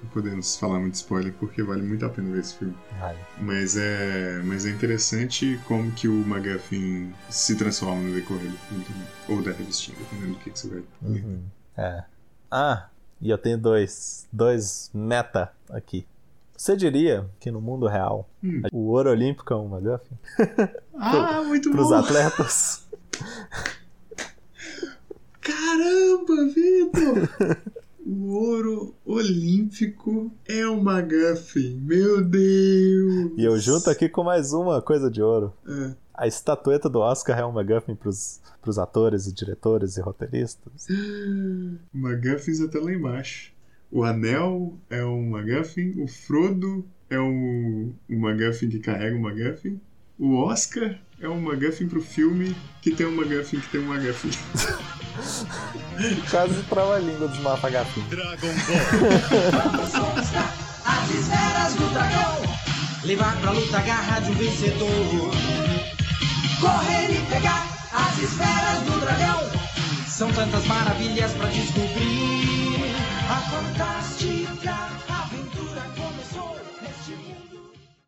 não podemos falar muito spoiler porque vale muito a pena ver esse filme.
Ai,
Mas é, mas é interessante como que o McGuffin se transforma no decorrer do filme também. Ou da revistinha, dependendo do que, que você vai ler.
uhum, É. Ah, e eu tenho dois. Dois meta aqui. Você diria que no mundo real
Hum.
o ouro olímpico é um McGuffin?
Ah, muito
Pros
bom!
atletas?
Caramba, Vitor! [laughs] O ouro olímpico é o McGuffin. Meu Deus!
E eu junto aqui com mais uma coisa de ouro.
É.
A estatueta do Oscar é um McGuffin pros, pros atores e diretores e roteiristas?
McGuffins até lá embaixo. O anel é um McGuffin. O Frodo é um, um McGuffin que carrega um McGuffin. O Oscar é um McGuffin pro filme que tem um McGuffin que tem um McGuffin.
Quase trava a língua dos mapagafins.
As esferas do dragão Levar pra luta a garra de um vencedor Correr e pegar as esferas do dragão São tantas maravilhas pra descobrir A fantástica